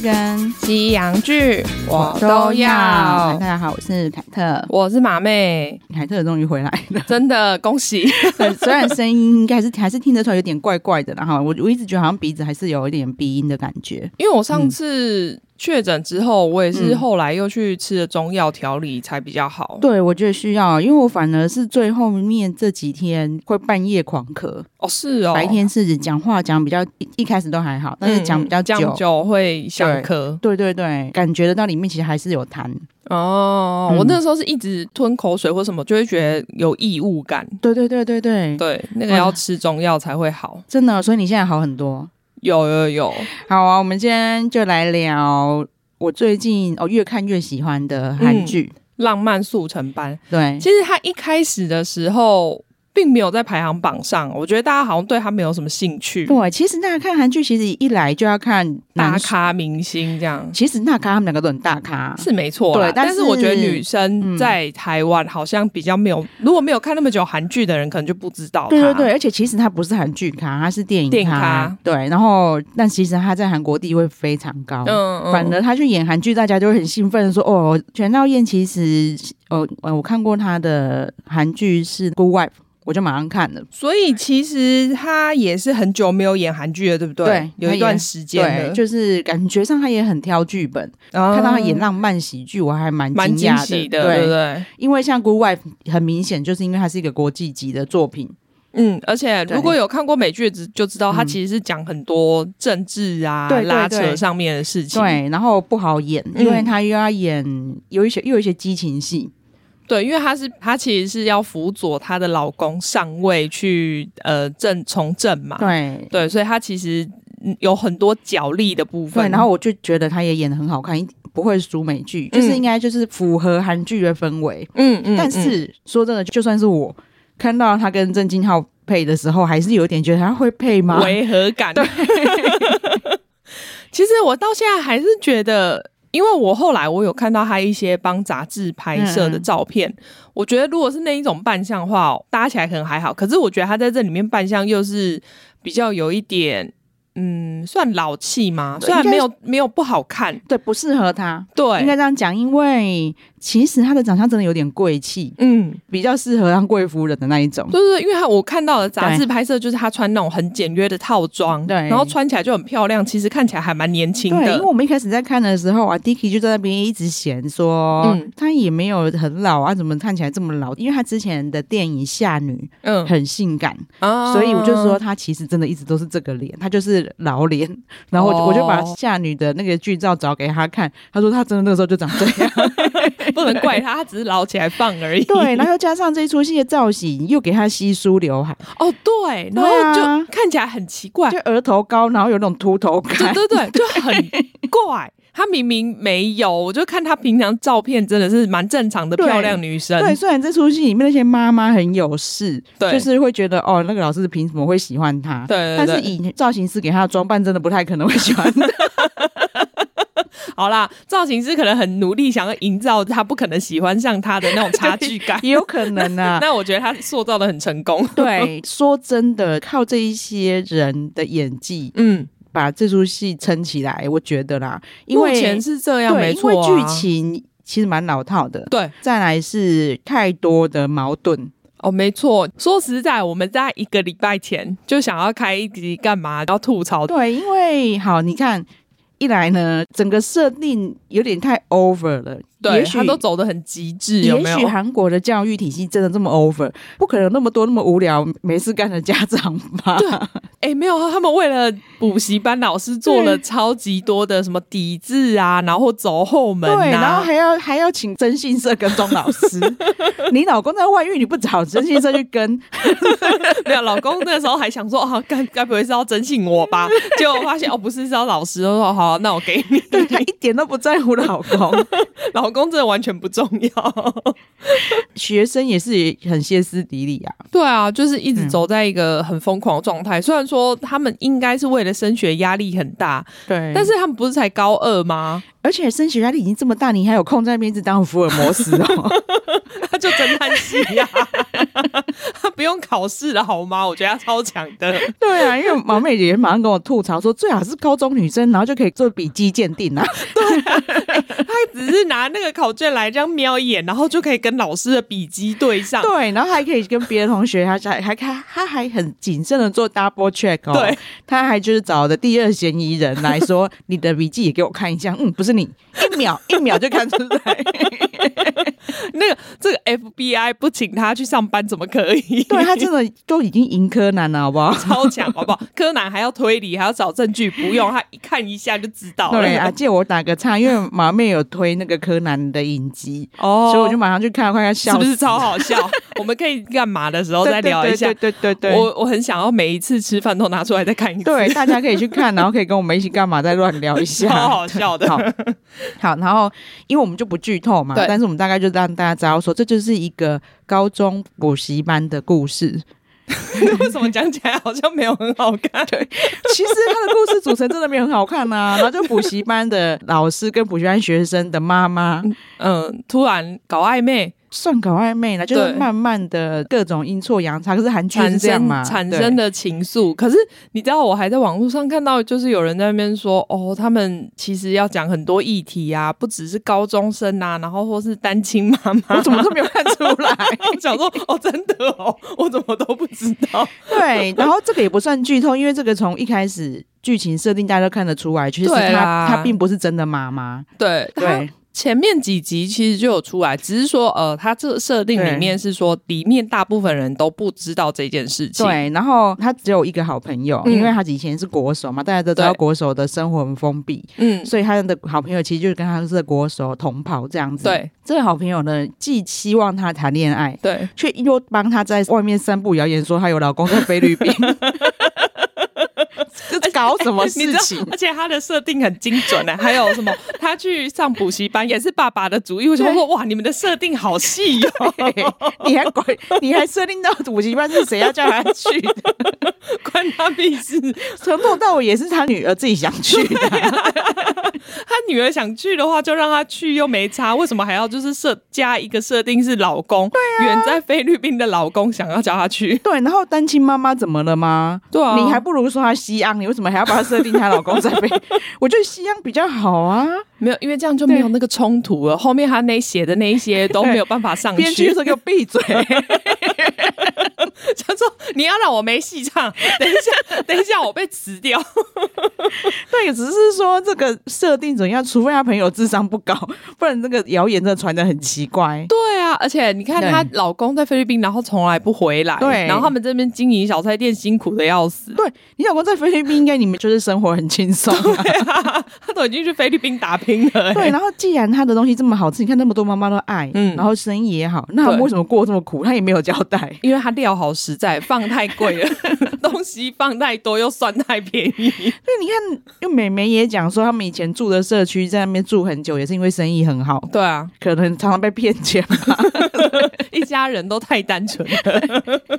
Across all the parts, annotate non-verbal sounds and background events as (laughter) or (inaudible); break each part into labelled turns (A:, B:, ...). A: 跟
B: 西洋剧我
A: 都
B: 都
A: 要
B: 要
A: 大。家好，我是凯特，
B: 我是马妹，
A: 哦凯特终于回来了。
B: 真的恭喜！ (laughs)
A: 对，虽然声音应该还是还是听得出来有点怪怪的啦，然后我我一直觉得好像鼻子还是有一点鼻音的感觉。
B: 因为我上
A: 嗯
B: 次确诊之后，我也是后来又去吃了中药调理才比较好。
A: 对，我觉得需要，因为我反而是最后面这几天会半夜狂咳，
B: 哦，是哦，
A: 白天是讲话讲比较一一开始都还好，但是讲比较
B: 嗯讲
A: 久。
B: 久会想咳。
A: 对对对，感觉得到里面其实还是有痰。
B: 哦，
A: 嗯
B: 我那时候是一直吞口水或什么，就会觉得有异物感。
A: 对对对对对，
B: 对，那个要吃中药才会好。
A: 真的，所以你现在好很多。
B: 有有有，
A: 好啊，我们今天就来聊我最近哦越看越喜欢的韩剧。
B: 浪漫速成班。
A: 对，
B: 嗯其实他一开始的时候并没有在排行榜上，我觉得大家好像对他没有什么兴趣。
A: 对，其实大家看韩剧，其实一来就要看
B: 大
A: 男，
B: 咖明星这样
A: 其实大咖他们两个都很大咖。
B: 是没错啦
A: 嗯对但
B: 但
A: 是
B: 我觉得女生在台湾好像比较没有，如果没有看那么久韩剧的人，可能就不知道。
A: 对对对，，而且其实他不是韩剧咖，他是电影
B: 电影咖
A: 对，然后但其实他在韩国地位非常高。
B: 嗯嗯，
A: 反而他去演韩剧，大家就会很兴奋，说：“哦，全道燕其实，哦，呃我看过他的韩剧是《Good Wife》，我就马上看了。
B: 所以其实他也是很久没有演韩剧了，对不对？
A: 对
B: 有一段时间
A: 对，
B: 了，
A: 就是感觉上他也很挑剧本，看
B: 看
A: 到他演浪漫喜剧，我还蛮
B: 哦蛮惊
A: 讶
B: 喜的，
A: 的。
B: 对
A: 对，
B: 不对？
A: 因为像《Good Wife》很明显就是因为它是一个国际级的作品，
B: 嗯，而且
A: 对
B: 如果有看过美剧，就就知道他
A: 嗯
B: 其实是讲很多政治啊、
A: 对对
B: 拉扯
A: 对
B: 上面的事情。
A: 对，然后不好演，
B: 嗯
A: 因为他又要演有一些又有一些激情戏，
B: 对，因为她是她其实是要辅佐她的老公上位去呃政从政嘛，
A: 对。
B: 啊对，所以她其实嗯有很多角力的部分。
A: 对，然后我就觉得他也演的很好看，一不会输美剧，就是应该就是符合韩剧的氛围。
B: 嗯嗯，
A: 但
B: 嗯
A: 是、说真的，就算是我看到他跟郑敬浩配的时候，还是有点觉得他会配吗？
B: 违和感。其实我到现在还是觉得，因为我后来我有看到他一些帮杂志拍摄的照片，我觉得如果是那一种扮相的话，搭起来可能还好。可是我觉得他在这里面扮相又是比较有一点。嗯，算老气吗？
A: 对
B: 虽然
A: 应该
B: 没有没有不好看，
A: 对，不适合他。应
B: 对，
A: 该这样讲，因为其实他的长相真的有点贵气，
B: 嗯，
A: 比较适合当贵夫人的那一种。
B: 就是因为他我看到的杂志拍摄，就是他穿那种很简约的套装，
A: 对
B: 然后穿起来就很漂亮，其实看起来还蛮年轻
A: 对，因为
B: 的，
A: 我们一开始在看的时候啊，Dicky 就在那边一直嫌说，
B: 嗯
A: 他也没有很老啊，怎么看起来这么老？因为他之前的电影《夏女
B: 嗯》，
A: 很性感，
B: 啊
A: 所以我就说他其实真的一直都是这个脸，他就是老脸。然后我就、
B: 哦
A: 我就把《夏女》的那个剧照找给他看，他说他真的那个时候就长这样。
B: (laughs) 不能怪他，他只是老起来放而已。
A: (laughs) 对，然后又加上这一出戏的造型，又给他稀疏刘 (laughs) 海，
B: 哦对，然
A: 对啊
B: 后就看起来很奇怪
A: (laughs) 就，额头高，然后有那种秃头感。
B: 对对对，就很怪。他明明没有，我就看他平常照片，真的是蛮正常的
A: 对
B: 漂亮女生。
A: 对，虽然这出戏里面那些妈妈很有事，
B: 对
A: 就是会觉得哦，那个老师凭什么会喜欢她？
B: 对对
A: 但是
B: 对
A: 以造型师给她的装扮，真的不太可能会喜欢
B: (laughs)
A: 她。。
B: 好啦，造型师可能很努力想要营造他不可能喜欢上他的那种差距感
A: 也有可能 (laughs) 啊。
B: (laughs) 那我觉得他塑造的很成功。
A: 对，说真的，靠这一些人的演技
B: (laughs) 嗯，
A: 把这出戏撑起来，我觉得啦，因为
B: 目前是这样，
A: 对，
B: 没
A: 因
B: 错、
A: 为
B: 啊。
A: 剧情其实蛮老套的。
B: 对
A: 再来是太多的矛盾，
B: 哦，没错。说实在，我们在一个礼拜前就想要开一集干嘛，要吐槽
A: 对，因为好，你看，一来呢，整个设定有点太 over 了，
B: 对，
A: 也许
B: 他都走的很极致，有
A: 也
B: 没
A: 许
B: 有？
A: 韩国的教育体系真的这么 over，不可能有那么多那么无聊没事干的家长吧？
B: 哎、没有，他们为了补习班老师做了超级多的什么抵制啊，然后走后门
A: 对，然后
B: 啊，
A: 还要还要请征信社跟钟老 (laughs) 师，你老公在外遇，你不找征信社去跟？
B: 没有，老公那时候还想说，啊，该该不会是要征信我吧？结果发现哦，不是，是要老师。我说好，那我给你。
A: (laughs)
B: (laughs)
A: 对他一点都不在乎老公，
B: 老公真的完全不重要。
A: (laughs) 学生也是很歇斯底里啊。
B: 对啊，就是一直走在一个很疯狂的状态。虽然说他们应该是为了升学压力很大，
A: 对但
B: 但
A: 是
B: 是他们不是才高二吗？
A: 而且升学压力已经这么大，你还有空在那边一直当福尔摩斯哦？
B: (laughs) 他就侦探系呀、他不用考试了好吗？我觉得他超强的，
A: (laughs) (laughs) 对啊，因为毛妹姐马上跟我吐槽说，最好是高中女生，然后就可以做笔记鉴定啊。
B: 他只是拿那个考卷来这样瞄一眼，然后就可以跟老师的笔记对上。
A: 对，然后还可以跟别的同学，他还还他他还很谨慎的做 double check 哦。
B: 对，
A: 他还就是找的第二嫌疑人来说，你的笔记也给我看一下，嗯，不是你，一 (laughs) 秒一秒就看出来。
B: 那个这个 FBI 不请他去上班怎么可以？
A: 对他真的都已经赢柯南了，好不好？
B: 超强，好不 (laughs) 好？柯南还要推理，还要找证据，不用他一看一下就知道了。
A: 对啊，借我打个岔，因为马妹有推那个柯南的影集，
B: 哦，
A: 所以我就马上去看，快要笑
B: 是
A: 死
B: 不是超好
A: (laughs)
B: 笑？我们可以干嘛的时候再聊一下
A: 对。对对对对对
B: 我我很想要每一次吃饭都拿出来再看一次，
A: 对，大家可以去看，然后可以跟我们一起干嘛，再乱聊一下。
B: 超好笑的。
A: 好，好，然后因为我们就不剧透嘛，
B: 对
A: 但是我们大概就让大家知道说，这就是一个高中补习班的故
B: (laughs)
A: 事。
B: 为什么讲起来好像没有很好看？对，
A: 其实他的故事组成真的没有很好看呐、
B: (laughs)
A: 然后就补习班的老师跟补习班学生的妈妈
B: 嗯，突然搞暧昧，
A: 算搞暧昧了，就是
B: 对
A: 慢慢的各种阴错阳差。可是韩剧是
B: 产
A: 这样
B: 生
A: 嘛？
B: 产
A: 对
B: 生的情愫。可是你知道，我还在网络上看到，就是有人在那边说，哦，他们其实要讲很多议题啊，不只是高中生啊，然后或是单亲妈 (laughs) 妈。
A: 我怎么都没有看出
B: (laughs)
A: 来？
B: 我想说，哦，真的哦，我怎么都不知道。
A: 对，然后这个也不算剧透，因为这个从一开始剧情设定大家都看得出来，其实
B: 对
A: 她
B: 啊啦
A: 她并不是真的妈妈。
B: 对
A: 对，
B: 前面几集其实就有出来，只是说，呃，它这个设定里面是说，里面大部分人都不知道这件事情。
A: 对，然后他只有一个好朋友，
B: 嗯
A: 因为他以前是国手嘛，大家都知道
B: 对
A: 国手的生活很封闭，
B: 嗯，
A: 所以他的好朋友其实就是跟他是国手同袍这样子。，
B: 对
A: 这个好朋友呢，既希望他谈恋爱，
B: 对，
A: 却又帮他在外面散布谣言说她有老公在菲律
B: (laughs)
A: 宾。这搞什么
B: 你
A: 事
B: 知道
A: 情？，
B: 而且它的设定很精 (laughs) 准呢、欸还有什么，他去上补习班也是爸爸的主意。我想说，哇，你们的设定好细 (laughs) 哦，
A: (laughs) 你还管？你还设定到补习班是谁要叫他去 (laughs) 的？
B: 关他屁事。
A: 从头到尾也是他女儿自己想去的。
B: 他女儿想去的话，就让他去，又没差。为什么还要就是设加一个设定是老公，远在菲律宾的老公想要叫他去？
A: 对，然后单亲妈妈怎么了吗？
B: 对啊
A: 你还不如说她西安，你为什么还要把她设定她老公在 (laughs) 北？我觉得西安比较好啊，
B: 没有，因为这样就没有那个冲突了。后面他那写的那一些都没有办法 (laughs) 上
A: 编剧
B: 去
A: 说，给我闭嘴。 (laughs)
B: 他说你要让我没戏唱，等一 (laughs) 下，等一下我被辞掉。
A: 对，只是说这个设定怎样，除非他朋友智商不高，不然这个谣言真的传的很奇怪。
B: 对啊，而且你看
A: 对
B: 她老公在菲律宾，然后从来不回来，
A: 对
B: 然后他们这边经营小菜店辛苦的要死。 (laughs)
A: 对你老公在菲律宾，应该你们就是生活很轻松、啊。
B: 对啊，他都已经去菲律宾打拼了、
A: (laughs) 对，
B: 欸，
A: 然后既然他的东西这么好吃，你看那么多妈妈都爱，嗯，
B: 嗯
A: 然后生意也好，那他们
B: 对
A: 为什么过这么苦？他也没有交代。
B: 因为他料好实在，放太贵了， (laughs) 东西放太多又算太便宜。
A: (laughs) 对，你看，因为美眉也讲说，他们以前住的社区在那边住很久，也是因为生意很好，
B: 对啊，
A: 可能常常被骗 (laughs) 钱吧。
B: 一家人都太单纯了。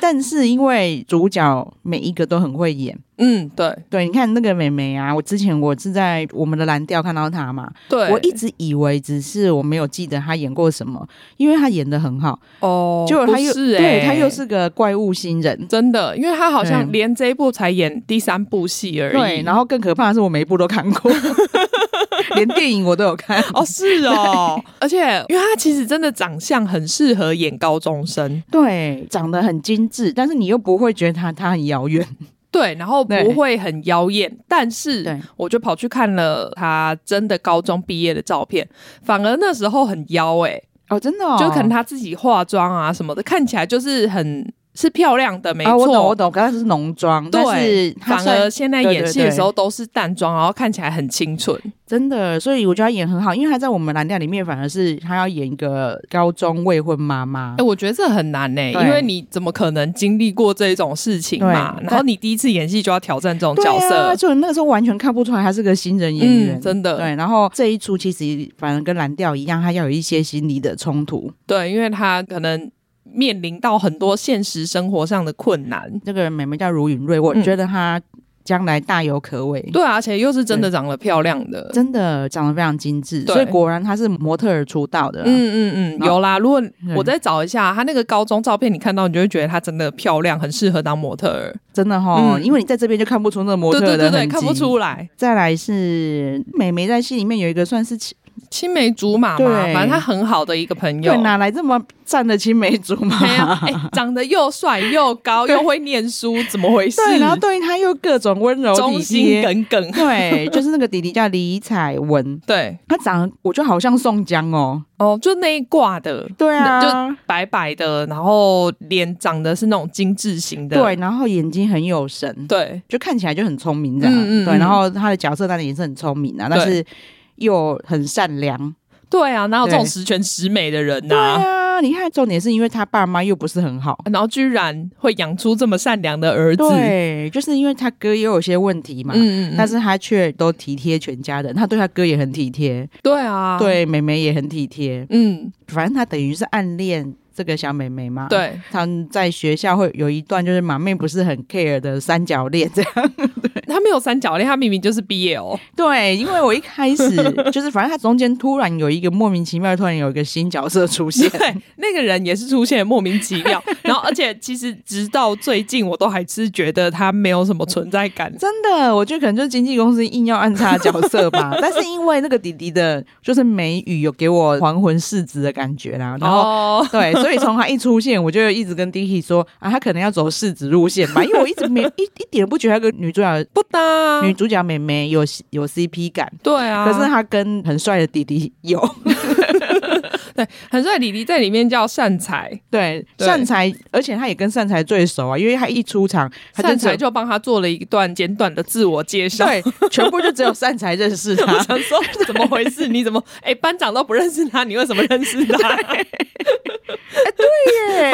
A: 但是因为主角每一个都很会演，
B: (laughs) 嗯，对
A: 对，你看那个美眉啊，我之前我是在我们的蓝调看到她嘛，
B: 对，
A: 我一直以为只是我没有记得她演过什么，因为她演的很好，
B: 哦，
A: 结果
B: 不
A: 她又、
B: 是、欸，
A: 对她又是个怪物新人。
B: 真的，因为他好像
A: 嗯
B: 连这一部才演第三部戏而已。
A: 对，然后更可怕的是，我每一部都看 (laughs) 过，连电影我都有看。
B: 哦，是 (laughs) 哦，而且因为他其实真的长相很适合演高中生，
A: 对，长得很精致，但是你又不会觉得她她很遥远。
B: 对，然后
A: 对
B: 不会很妖艳，但
A: 对
B: 是我就跑去看了他真的高中毕业的照片，反而那时候很妖哎、
A: 哦，真的、哦，
B: 就可能他自己化妆啊什么的，看起来就是很是漂亮的，没
A: 啊，我懂我
B: 错。
A: 懂，刚才是浓妆，但是
B: 对，
A: 她
B: 反
A: 算
B: 而现在
A: 对
B: 演
A: 对
B: 戏的
A: 对
B: 时候都是淡妆，然后看起来很清纯。
A: 真的，所以我觉得她演很好，因为她在我们蓝调里面反而是她要演一个高中未婚妈妈
B: 哎、。我觉得这很难呢、
A: 对
B: 因为你怎么可能经历过这种事情嘛？
A: 对
B: 然后你第一次演戏就要挑战这种
A: 对
B: 角色，
A: 啊，就那个时候完全看不出来她是个新人演员，
B: 嗯、真的
A: 对。然后这一出其实反而跟蓝调一样，她要有一些心理的冲突。
B: 对因为他可能面临到很多现实生活上的困难。
A: 这个妹妹叫卢允瑞，我
B: 嗯
A: 觉得她。将来大有可为。
B: 对啊，而且又是真的长得漂亮的。
A: 嗯真的啊长得非常精致，
B: 对
A: 所以果然她是模特儿出道的啊、
B: 嗯嗯嗯，有啦。如果我
A: 对
B: 再找一下她那个高中照片，你看到你就会觉得她真的漂亮，很适合当模特儿。
A: 真的哈、
B: 嗯
A: 因为你在这边就看不出那模
B: 对
A: 特
B: 对
A: 儿的
B: 对
A: 痕迹，
B: 对，看不。出来。
A: 再来是美眉在戏里面有一个算是亲
B: 青梅竹马嘛，
A: 对
B: 反正她很好的一个朋友
A: 对。哪来这么站得青梅竹马？
B: (laughs) 哎呀，哎、长得又帅又高又会念书，怎么回事？
A: (laughs) 对，然后对于她又各种温柔
B: (laughs) 忠
A: 体
B: 心
A: 贴。
B: 耿
A: (laughs)
B: 耿。
A: 对，就是那个弟弟叫李彩文，
B: 对，
A: 他长得我就好像宋江哦。
B: 哦，就那一挂的
A: 对
B: 就白白的，然后脸长得是那种精致型的。
A: 对，然后眼睛很有神，
B: 对
A: 就看起来就很聪明这样。
B: 嗯嗯
A: 对，
B: 嗯
A: 然后他的角色当然也是很聪明啊，但是又很善良。
B: 对啊，哪有这种
A: 对
B: 十全十美的人呐、
A: 对啊，你看，重点是因为他爸妈又不是很好。
B: 然后居然会养出这么善良的儿子。
A: 对，就是因为他哥也有些问题嘛，
B: 嗯，嗯嗯，
A: 但是他却都体贴全家人，他对他哥也很体贴，
B: 对啊，，
A: 对妹妹也很体贴。
B: 嗯，
A: 反正他等于是暗恋这个小妹妹嘛。，
B: 对，
A: 他们在学校会有一段就是马妹不是很 care 的三角恋这样。
B: 他没有三角恋，他明明就是哦 BL。
A: (laughs) 对，因为我一开始 (laughs) 就是，反正他中间突然有一个莫名其妙，突然有一个新角色出现。
B: 对，那个人也是出现得莫名其妙， (laughs) 然后而且其实直到最近，我都还是觉得他没有什么存在感。
A: 真的，我觉得可能就是经纪公司硬要暗插角色吧， (laughs) 但是因为那个弟弟的，就是美语有给我还魂世子的感觉啦，然后
B: 哦，
A: 对，所以从他一出现，我就一直跟 Dicky 说啊，他可能要走世子路线吧，因为我一直没一一点不觉得他跟女主角、
B: 不搭啊，
A: 女主角妹妹有有 CP 感，
B: 对啊，
A: 可是他跟很帅的弟弟有。
B: 很帅，李黎在里面叫善财，
A: (laughs) 对，
B: 对
A: 善财，而且他也跟善财最熟啊，因为他一出场，他就
B: 善
A: 只有
B: 财就帮他做了一段简短的自我介绍。
A: 对，全部就只有善财认识
B: (laughs) 我
A: 他。
B: 想说怎么回事？你怎么哎、班长都不认识他，你为什么认识
A: (laughs)
B: 他？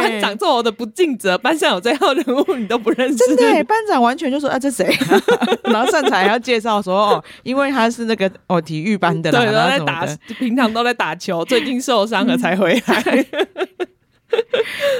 B: 班长做我的不尽责，班上有这样的人物你都不认识，
A: 真的耶，班长完全就说啊，这谁、啊？ (laughs) 然后善财还要介绍说哦，因因为他是那个哦体育班的
B: 对，
A: 啦，
B: 都
A: 然后
B: 在
A: 什么
B: 打
A: 的，，
B: 平常都在
A: (laughs)
B: 打球，最近受伤了才回来。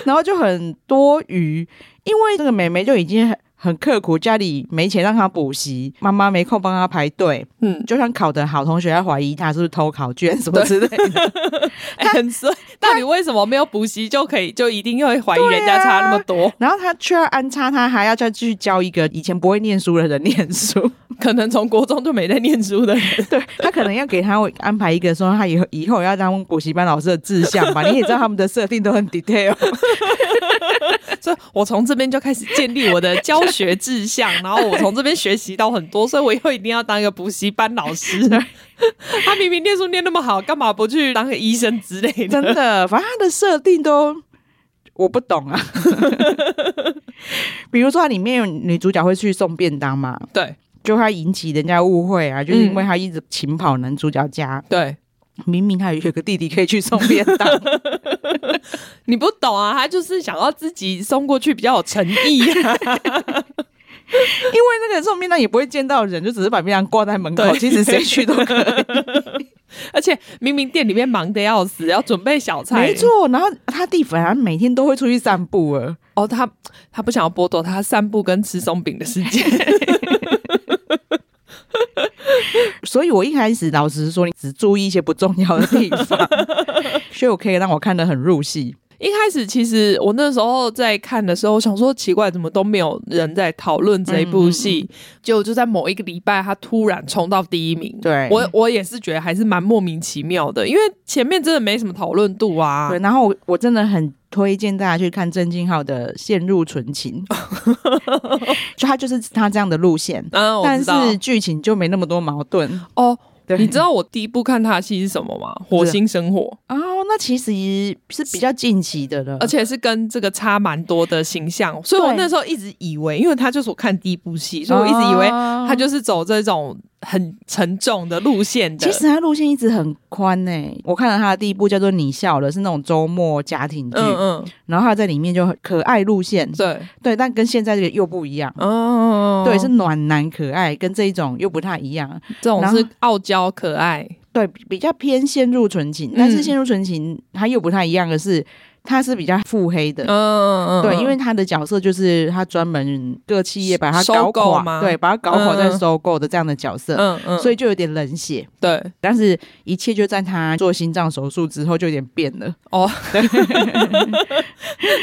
A: 然后就很多余，因为这个妹妹就已经很很刻苦，家里没钱让她补习，妈妈没空帮她排队，
B: 嗯，
A: 就算考得好，同学还怀疑她是不是偷考卷什么之类的。 (laughs) 嗯
B: (laughs) 哎很衰，到底为什么没有补习就可以，就一定会怀疑人家差那么多？
A: 然后他却要安插他，还要再继续教一个以前不会念书的人念书。
B: 可能从国中就没在念书的人，
A: 对他可能要给他安排一个说他以后以后要当补习班老师的志向吧。你也知道他们的设定都很 detail，
B: (laughs) 所以我从这边就开始建立我的教学志
A: (laughs)
B: 向，然后我从这边学习到很多，所以我以后一定要当一个补习班老师。 (laughs) 他明明念书念那么好，干嘛不去当个医生之类
A: (laughs)
B: 的？
A: 真的，反正他的设定都我不懂啊。 (laughs) 比如说，它里面有女主角会去送便当嘛，
B: 对
A: 就她引起人家误会啊，就是因为她一直勤跑男主角家，
B: 对，
A: 明明她有一个弟弟可以去送便 (laughs) 当，
B: 你不懂啊，他就是想要自己送过去比较有诚 (laughs) 意啊。
A: 因为那个送便当也不会见到人，就只是把便当挂在门口，
B: 对
A: 其实谁去都可以。
B: 而且明明店里面忙得要死，要准备小菜，
A: (laughs) 没错，然后他弟反而每天都会出去散步啊。
B: 哦，他他不想要剥夺他散步跟吃松饼的时间。
A: 所以我一开始老实说，你只注意一些不重要的地方，所以我可以让我看得很入戏。
B: (laughs) 一开始其实我那时候在看的时候，我想说奇怪，怎么都没有人在讨论这一部戏？结果就在某一个礼拜，他突然冲到第一名。
A: 对
B: 我我也是觉得还是蛮莫名其妙的，因为前面真的没什么讨论度啊
A: 对，。然后我我真的很推荐大家去看郑敬浩的《陷入纯情》， (laughs) 就他就是他这样的路线，
B: 嗯，我
A: 但
B: 知道。
A: 是剧情就没那么多矛盾。
B: 哦，
A: 对，
B: 你知道我第一部看他的戏是什么吗？《火星生活》，
A: 哦，那其实是比较近期的了，
B: 而且是跟这个差蛮多的形象，所以我
A: 对
B: 那时候一直以为，因为他就是我看第一部戏，所以我一直以为
A: 哦
B: 他就是走这种很沉重的路线的。
A: 其实他路线一直很宽呢、我看了他的第一部叫做《你笑了》，是那种周末家庭剧，
B: 嗯嗯，
A: 然后他在里面就很可爱路线，
B: 对，
A: 对，但跟现在这个又不一样。
B: 哦，
A: 对，是暖男可爱，跟这一种又不太一样。
B: 这种
A: 然后
B: 是傲娇可爱，
A: 对比较偏陷入纯情，但
B: 嗯
A: 是陷入纯情它又不太一样的是，它是比较腹黑的。
B: 嗯嗯嗯，
A: 对，因为他的角色就是他专门各企业把他搞
B: 收购
A: 垮，
B: 吗
A: 对，把他搞垮
B: 嗯
A: 再收购的这样的角色，
B: 嗯嗯，
A: 所
B: 以
A: 以就有点冷血。
B: 对 (laughs)
A: 但是，一切就在他做心脏手术之后就有点变了。 (laughs)
B: 哦，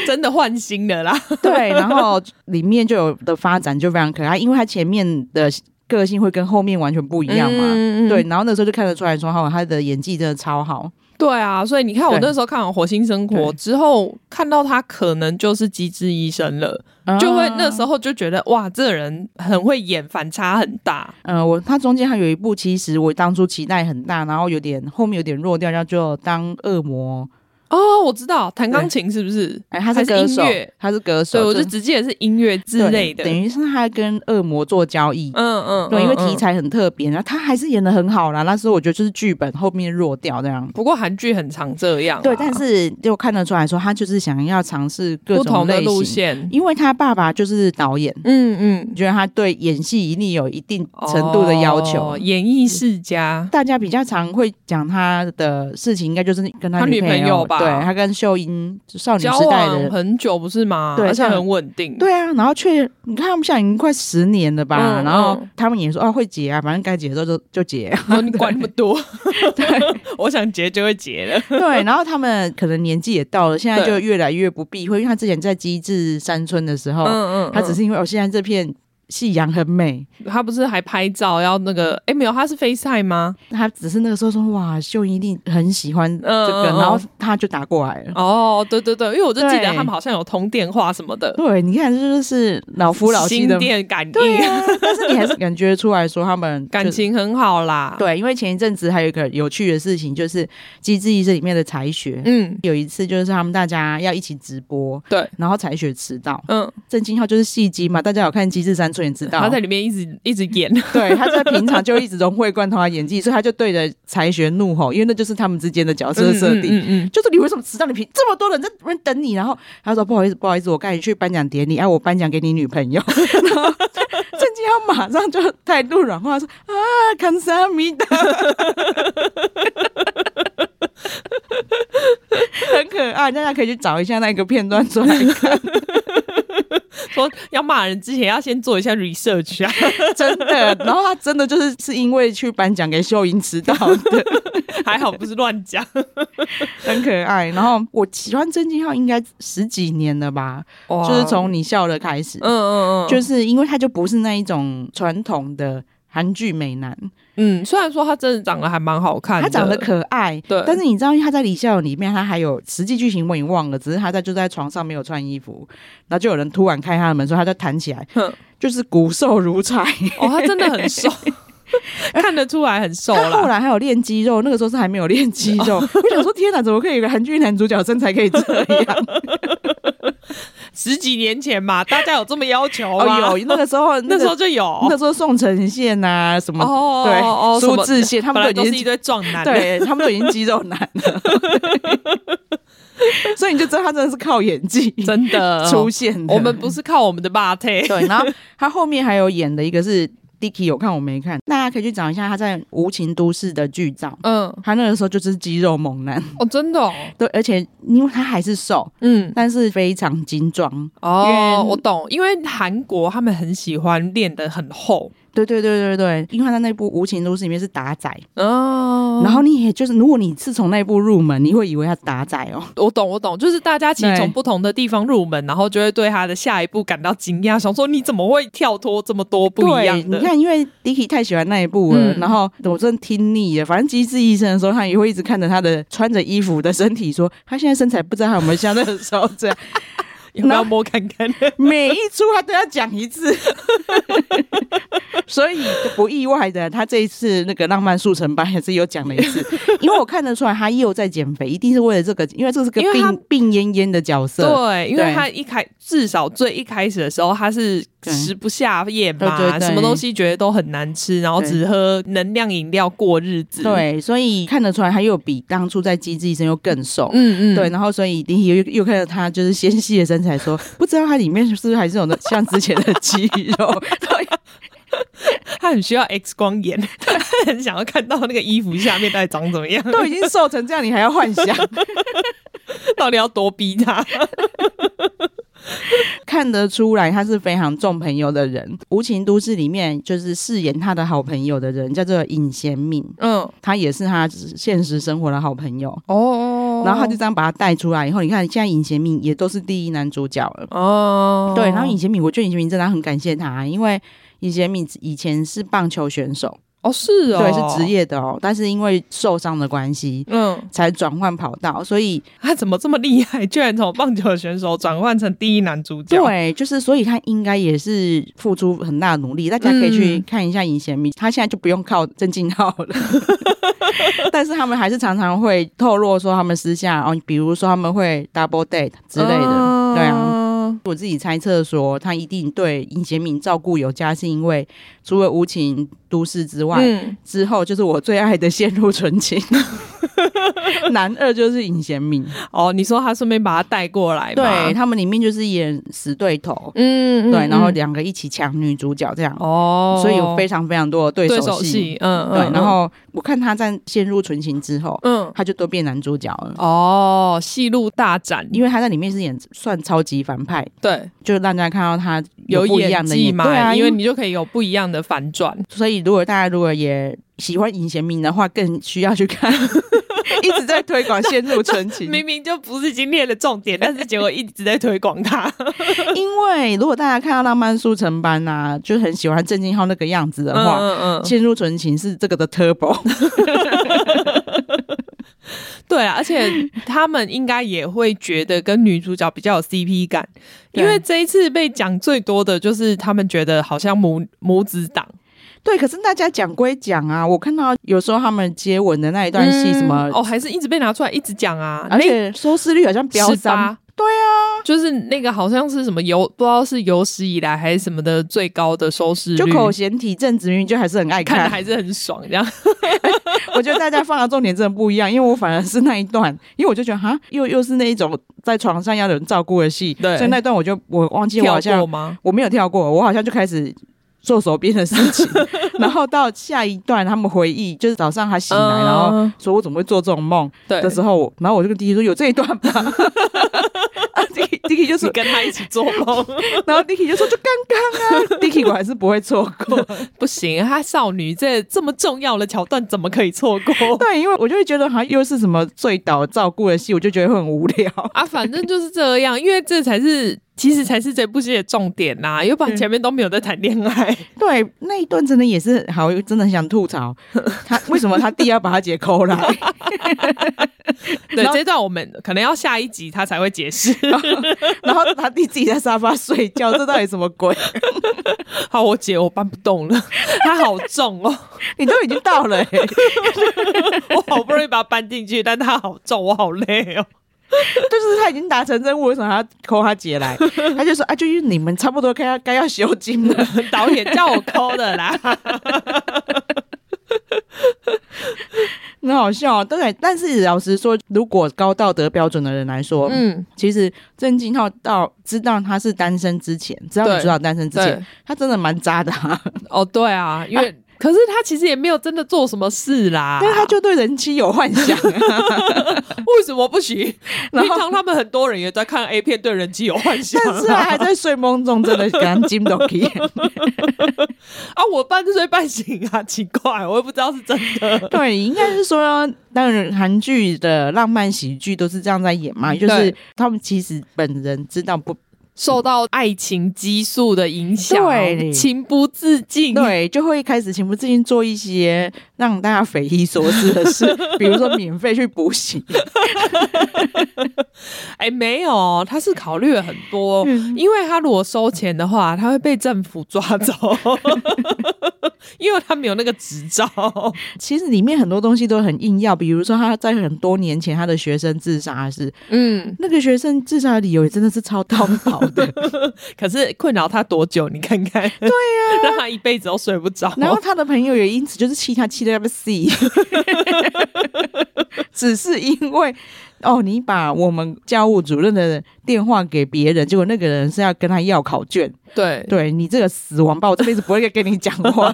B: 真的换新的啦，
A: 对，然后里面就有的发展就非常可爱，因为他前面的个性会跟后面完全不一样嘛。
B: 嗯
A: 对，然后那时候就看得出来说，哈，哦他的演技真的超好。
B: 对啊，所以你看，我
A: 对
B: 那时候看完《火星生活
A: 对》
B: 之后，看到他可能就是机智医生了，
A: 啊
B: 就会那时
A: 候，
B: 候就觉得哇，这人很会演，反差很大。
A: 呃，我他中间还有一部，其实我当初期待很大，然后有点后面有点弱掉，叫做《当恶魔》。
B: 哦，我知道，弹钢琴是不是？
A: 哎，他
B: 还
A: 是
B: 是
A: 歌
B: 音
A: 手
B: 乐，
A: 他是歌
B: 所以
A: 手，
B: 我就直接是音乐之类的。
A: 对等于是他跟恶魔做交易。
B: 嗯嗯，
A: 对，因为
B: 嗯
A: 题。
B: 嗯
A: 材很特别，然后他还是演的很好啦。那时候我觉得就是剧本后面弱掉这样。
B: 不过韩剧很常这样啦，
A: 对，但是就看得出来说，他就是想要尝试各
B: 不
A: 种
B: 同的
A: 类
B: 路
A: 型，
B: 线。
A: 因为他爸爸就是导演，
B: 嗯嗯，
A: 觉得他对演戏一定有一定程度的要求。
B: 哦演艺世家。
A: 大家比较常会讲他的事情，应该就是跟
B: 他
A: 女
B: 女朋友吧
A: 对他跟秀英少女
B: 交
A: 时代
B: 往
A: 的，
B: 很久不是吗？
A: 对
B: 而且
A: 像
B: 很稳定。
A: 对啊，然后却你看他们现在已经快十年了吧，
B: 嗯
A: 然后
B: 嗯
A: 他们也说啊会结啊，反正该结的时候就就结、
B: 然后你
A: (laughs)
B: 管那么多，我想结就会结了。
A: 对，然后他们可能年纪也到了，现在
B: 对
A: 就越来越不避讳，因为他之前在机智山村的时候，
B: 嗯
A: 他只
B: 是
A: 是因为哦现在这片夕阳很美，
B: 他不是还拍照要那个？哎，没有，他是 FaceTime 吗？
A: 他只是那个时候说哇秀英一定很喜欢这个，
B: 嗯嗯嗯
A: 然后他就打过来了。
B: 哦，对对对，因为我就记
A: 对
B: 得他们好像有通电话什么的，
A: 对，你看，这就是老夫老妻
B: 心
A: 的
B: 电感
A: 对
B: 应， (laughs)
A: 啊，但是你还是感觉出来说他们
B: 感
A: 就是。
B: 情很好啦。，
A: 对，因为前一阵子还有一个有趣的事情，就是《机智医生》里面的才学。
B: 嗯
A: 有一次就是他们大家要一起直播，
B: 对，
A: 然后才学迟到。
B: 嗯，
A: 郑敬浩就是戏精嘛，大家有看《机智山村》也知道
B: 他，在里面一直一直
A: (laughs)
B: 演，
A: 对，他在平常就一直融会贯通他演技，所以他就对着才学怒吼，因为那就是他们之间的角色设定。
B: 嗯嗯
A: 就是你为什么迟到？你平这么多人在那边等你，然后他说不好意思，不好意思，我赶紧去颁奖典礼，哎、我颁奖给你女朋友。然后郑敬浩马上就态度软化，说啊，康萨米达，很可爱，大家可以去找一下那个片段出来看，
B: 嗯说要骂人之前要先做一下 research 啊，
A: (laughs) 真的。然后他真的就是是因为去颁奖给秀英迟到的，
B: 还好不是乱讲。
A: 很可爱。然后我喜欢郑敬浩应该十几年了吧，
B: 哇
A: 就是从你笑了开始。
B: 嗯嗯嗯，
A: 就是因为他就不是那一种传统的韩剧美男，
B: 嗯，虽然说他真的长得还蛮好看
A: 他
B: 的，
A: 长得可爱，
B: 对
A: 但是你知道，因为他在《李孝勇》里面，他还有实际剧情我已经忘了，只是他在就在床上没有穿衣服，然后就有人突然开他的门，说他就弹起来
B: 哼，
A: 就是骨瘦如柴。
B: 哦，他真的
A: (laughs)
B: 很瘦， (laughs) 看得出来很瘦
A: 他后
B: 啦。
A: 来还有练肌肉，那个时候是还没有练肌肉。我想说，天哪，怎么可以有一个韩剧男主角身材可以这样？
B: 十几年前嘛，大家有这么要求吗？
A: 哦，有那个时候，
B: 那时候
A: 个
B: 就有。
A: 那时候宋承宪呐，什么
B: 哦，
A: 对
B: 哦哦
A: 苏
B: 什么
A: 志燮他们
B: 本来
A: 都已
B: 都
A: 经
B: 是一堆壮男，，
A: 对他们都已经肌肉男了，对所以你就知道他真的是靠演技
B: (laughs) 真的。
A: 出现的。
B: 我们不是靠我们的霸腿，
A: 对，然后他后面还有演的一个是 Dicky，有看我没看，大家可以去找一下他在《无情都市》的剧照，
B: 嗯，
A: 他那个时候就是肌肉猛男，
B: 哦，真的哦，
A: 对，而且因为他还是瘦，
B: 嗯，
A: 但是非常精壮，因为
B: 哦，我懂，因为韩国他们很喜欢练得很厚，
A: 对对对对对，因为他在那部《无情都市》里面是打仔，
B: 哦，
A: 然后你也就是如果你是从那部入门，你会以为他是打仔哦。
B: 我懂，我懂，就是大家其实
A: 对
B: 从不同的地方入门，然后就会对他的下一步感到惊讶，想说你怎么会跳脱这么多不一样
A: 对
B: 的
A: 你？看，因为 Dicky 太喜欢那一部了，
B: 嗯
A: 然后我真的听腻了。反正机智医生的时候，他也会一直看着他的穿着衣服的身体说，他现在身材不知道他有没有像那个时候这样。
B: 要不
A: 然后
B: 要摸看看？
A: 每一出他都要讲一
B: (laughs)
A: 次，所以不意外的，他这一次那个浪漫速成班还是有讲了一次，因为我看得出来他又在减肥，一定是为了这个，因为这是个
B: 因为他
A: 病病恹恹的角色。
B: (laughs) 对，因为他一开至少最一开始的时候，他是
A: 对
B: 食不下咽嘛，
A: 对对对
B: 什么东西觉得都很难吃，然后
A: 对
B: 只喝能量饮料过日子。，
A: 对，所以看得出来他又比当初在《机智医生》又更瘦。
B: 嗯嗯，
A: 对，然后所以一定又又看到他就是纤细的身材说，不知道他里面是不是还是有那像之前的肌肉，对
B: 他很需要 X 光眼， (laughs) 他很想要看到那个衣服下面到底长怎么样，
A: 都已经瘦成这样，你还要幻想？
B: (laughs) 到底要多逼他。
A: 看得出来他是非常重朋友的人。《无情都市》里面就是饰演他的好朋友的人叫做尹贤敏，
B: 嗯，
A: 他也是他现实生活的好朋友。
B: 哦
A: 然后他就这样把他带出来以后，你看现在尹贤敏也都是第一男主角了。
B: 哦，
A: 对，然后尹贤敏，我觉得尹贤敏真的很感谢他，因为尹贤敏以前是棒球选手，
B: 哦是哦，
A: 对，是职，业的哦，但是因为受伤的关系。
B: 嗯，
A: 才转换跑道，所以
B: 他怎么这么厉害？居然从棒球选手转换成第一男主角，，
A: 对，就是所以他应该也是付出很大的努力。大家可以去
B: 嗯
A: 看一下尹贤明，他现在就不用靠郑敬浩了， (laughs) 但是他们还是常常会透露说他们私下哦，比如说他们会 double date 之类的，对啊。
B: 啊，
A: 我自己猜测说，他一定对尹贤明照顾有加，是因为除了无情都市之外，
B: 嗯，
A: 之后就是我最爱的陷入纯情。 (laughs) 男二就是尹贤明，
B: 哦，你说他顺便把他带过来吗，
A: 对他们里面就是演死对头，
B: 嗯，嗯，
A: 对，然后
B: 嗯
A: 两个一起抢女主角这样，
B: 哦，
A: 所以有非常非常多的对
B: 对
A: 手
B: 手
A: 戏。
B: 戏，嗯，
A: 对，
B: 嗯
A: 然后我看他在陷入纯情之后，
B: 嗯，
A: 他就都变男主角了，
B: 哦，戏路大展，
A: 因为他在里面是演算超级反派，
B: 对，
A: 就让大家看到他不一样
B: 演
A: 的
B: 技嘛，
A: 对啊，
B: 因
A: 因
B: 为
A: 为
B: 你就可以有不一样的反转。
A: 所以如果大家如果也喜欢尹贤明的话，更需要去看， (laughs) 一直在推广陷入纯情。
B: (laughs) 明明就不是今天的重
A: (laughs)
B: 点，但是结果一直在推广它。 (laughs)
A: 因为如果大家看到浪漫速成班呐、啊，就很喜欢郑敬浩那个样子的话，
B: 嗯，
A: 陷入纯情是这个的
B: (laughs)
A: turbo，
B: 对啊，而且他们应该也会觉得跟女主角比较有 CP 感，
A: 对
B: 因为这一次被讲最多的就是他们觉得好像母母子档
A: 对。可是大家讲归讲啊，我看到有时候他们接吻的那一段戏，
B: 嗯
A: 什么，
B: 哦，还是一直被拿出来一直讲啊，
A: 而且收视率好像飙
B: 十
A: 涨，
B: 八，对啊，就是那个好像是什么有不知道是有史以来还是什么的最高的收视率，
A: 就口嫌体正直，女就还是很爱
B: 嗯看的
A: 看。
B: 还是很爽，这样
A: (laughs) 我觉得大家放的重点真的不一样，因为我反而是那一段，因为我就觉得哈，又又是那一种在床上要有人照顾的戏，
B: 对
A: 所以那段我就我忘记我好
B: 跳
A: 像
B: 过吗？
A: 我没有跳过，我好像就开始做手边的事 (laughs) 情，然后到下一段他们回忆，就是早上他醒来，
B: 嗯
A: 然后说我怎么会做这种梦
B: 对
A: 的时候，我然后我就跟 Dicky 说有这一段吧。 (laughs) 啊，Dicky Dicky 就
B: 你
A: 说，
B: 跟他一起做梦，
A: 然后 Dicky 就说就刚 (laughs) 刚啊，Dicky 果然是不会错过。
B: 不行，她少女这这么重要的桥段怎么可以错过？
A: (laughs) 对，因为我就会觉得好像又是什么醉倒照顾的戏，我就觉得会很无聊。
B: 啊，反正就是这样，因为这才是其实才是这部戏的重点呐、要
A: 嗯
B: 不然前面都没有在谈恋
A: (laughs)
B: 爱。
A: 对，那一段真的也是好，真的很想吐 (laughs) 槽他为什么他弟要把他姐抠 (laughs) 来。
B: 对
A: 然，后
B: 这段我们可能要下一集他才会
A: (laughs)
B: 解释。
A: 然后他弟自己在沙发睡觉，这到底什么鬼？
B: 好，我姐我搬不动了，她好
A: (laughs)
B: 重哦，
A: 你都已经到了、 (laughs) 欸，
B: 我好不容易把它搬进去，但她好重，我好累哦。
A: 就是他已经达成任务，为什么还要抠他姐 (laughs) 来？他就说啊，就是你们差不多该要该要修金了。
B: 导演叫我抠的啦。
A: (laughs) 很好笑、哦，对。但是老实说，如果高道德标准的人来说，
B: 嗯，
A: 其实郑敬浩到知道他是单身之前，知道
B: 对
A: 你知道单身之前
B: 对，，
A: 他真的蛮渣的、 (laughs) 啊，
B: 哦，对啊，因为、可是他其实也没有真的做什么事啦。
A: 但是他就对人妻有幻想、啊 (laughs)
B: (laughs) 为什么不行？
A: 然
B: 平
A: 后
B: 常他们很多人也在看 A 片，对人机有幻想、
A: 但是他还在睡梦中真的给他金斗 (laughs) 皮。
B: (laughs) 啊，我半睡半醒啊，奇怪，我也不知道是真的。
A: 对，应该是说，当然韩剧的浪漫喜剧都是这样在演嘛，就是
B: 对
A: 他们其实本人知道不
B: 受到爱情激素的影响，
A: 对
B: 情不自禁。，
A: 对，就会开始情不自禁做一些让大家匪夷所思的事，比如说免费去补习。
B: 哎、没有，他是考虑了很多，因为他如果收钱的话，他会被政府抓走， (laughs) 因为他没有那个执照。
A: 其实里面很多东西都很硬要，比如说他在很多年前他的学生自杀是
B: 嗯，
A: 那个学生自杀的理由也真的是超到爆的，
B: 可是困扰他多久？你看看，对啊呀、 (laughs) 让他一辈子都睡不着。
A: 然后他的朋友也因此就是气他气的要不死。只是因为哦，你把我们教务主任的电话给别人，结果那个人是要跟他要考卷，
B: 对，
A: 对你这个死王八，我这辈子不会跟你讲话。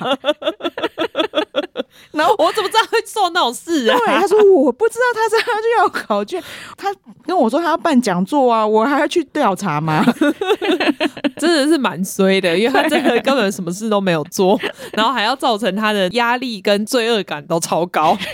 A: 然后
B: 我怎么知道会做那种事
A: 对，他
B: 啊？
A: 说 (laughs) 我不知道他是要去要考卷，他跟我说他要办讲座啊，我还要去调查吗？
B: (laughs) 真的是蛮衰的，因为他真的根本什么事都没有 (laughs) 做，然后还要造成他的压力跟罪恶感都超高。
A: (laughs)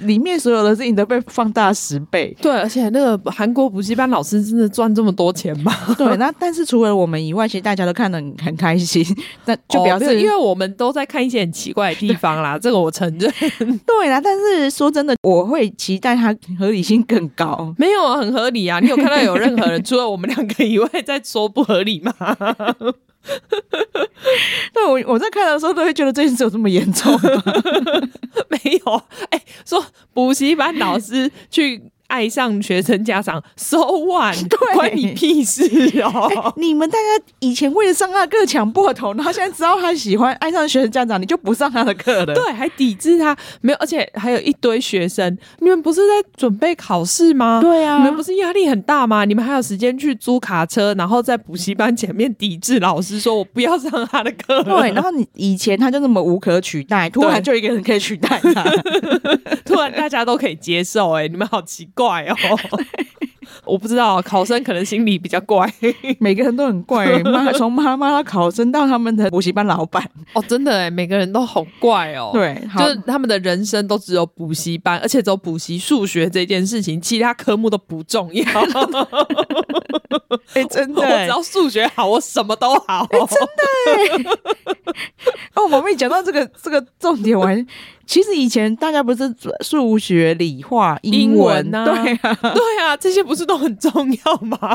A: 里面所有的事情都被放大十 (laughs) 倍。
B: 对，而且那个韩国补习班老师真的赚这么多钱 (laughs) 吗？
A: 对，那但是除了我们以外，其实大家都看得很很开心，那就表示、
B: 哦没有因为我们都在看一些很奇怪的地方 (laughs) 啦，这个我承认。
A: 对啦。但是说真的，我会期待他合理性更高。
B: 没有啊，很合理啊！你有看到有任何人除了我们两个以外在说不合 (laughs) 理吗？
A: (laughs) 对我我在看的时候都会觉得这件事有这么严重吗，
B: 没有，哎、说补习班老师去爱上学生家长，so (laughs) what？
A: 对
B: 关你屁事 (laughs)
A: 哎
B: 哦！
A: (laughs) 你们大家以前为了上他的课抢破头，然后现在知道他喜欢爱上学生家长，你就不上他的课了。
B: 对，还抵制他，没有，而且还有一堆学生，你们不是在准备考试吗？
A: 对啊
B: 你们不是压力很大吗？你们还有时间去租卡车，然后在补习班前面抵制老师，说我不要上他的课 (laughs) 了。
A: 对，然后你以前他就那么无可取代，突然
B: 对
A: 就一个人可以取代
B: (laughs)
A: 他。
B: 突然大家都可以接受、哎， (laughs) 你们好奇怪 (laughs) 哦。我不知道，考生可能心里比较怪
A: 每个人都很怪，妈从妈妈到考生到他们的补习班老板，
B: (laughs) 哦，真的哎、每个人都好怪哦。。
A: 对，
B: (laughs)
A: 好
B: 就是他们的人生都只有补习班，而且只有补习数学这件事情，其他科目都不重 (laughs) 要。
A: 哎、真的、
B: (laughs) 我只
A: 欸，
B: 要数学好，我什么都
A: (laughs)
B: 好。
A: 哎哦，我们讲到这个这个重点我还其实以前大家不是数学、理化、
B: 英
A: 文
B: 文啊
A: 对啊，
B: (laughs) 对啊，这些不是都很重要吗？ (laughs)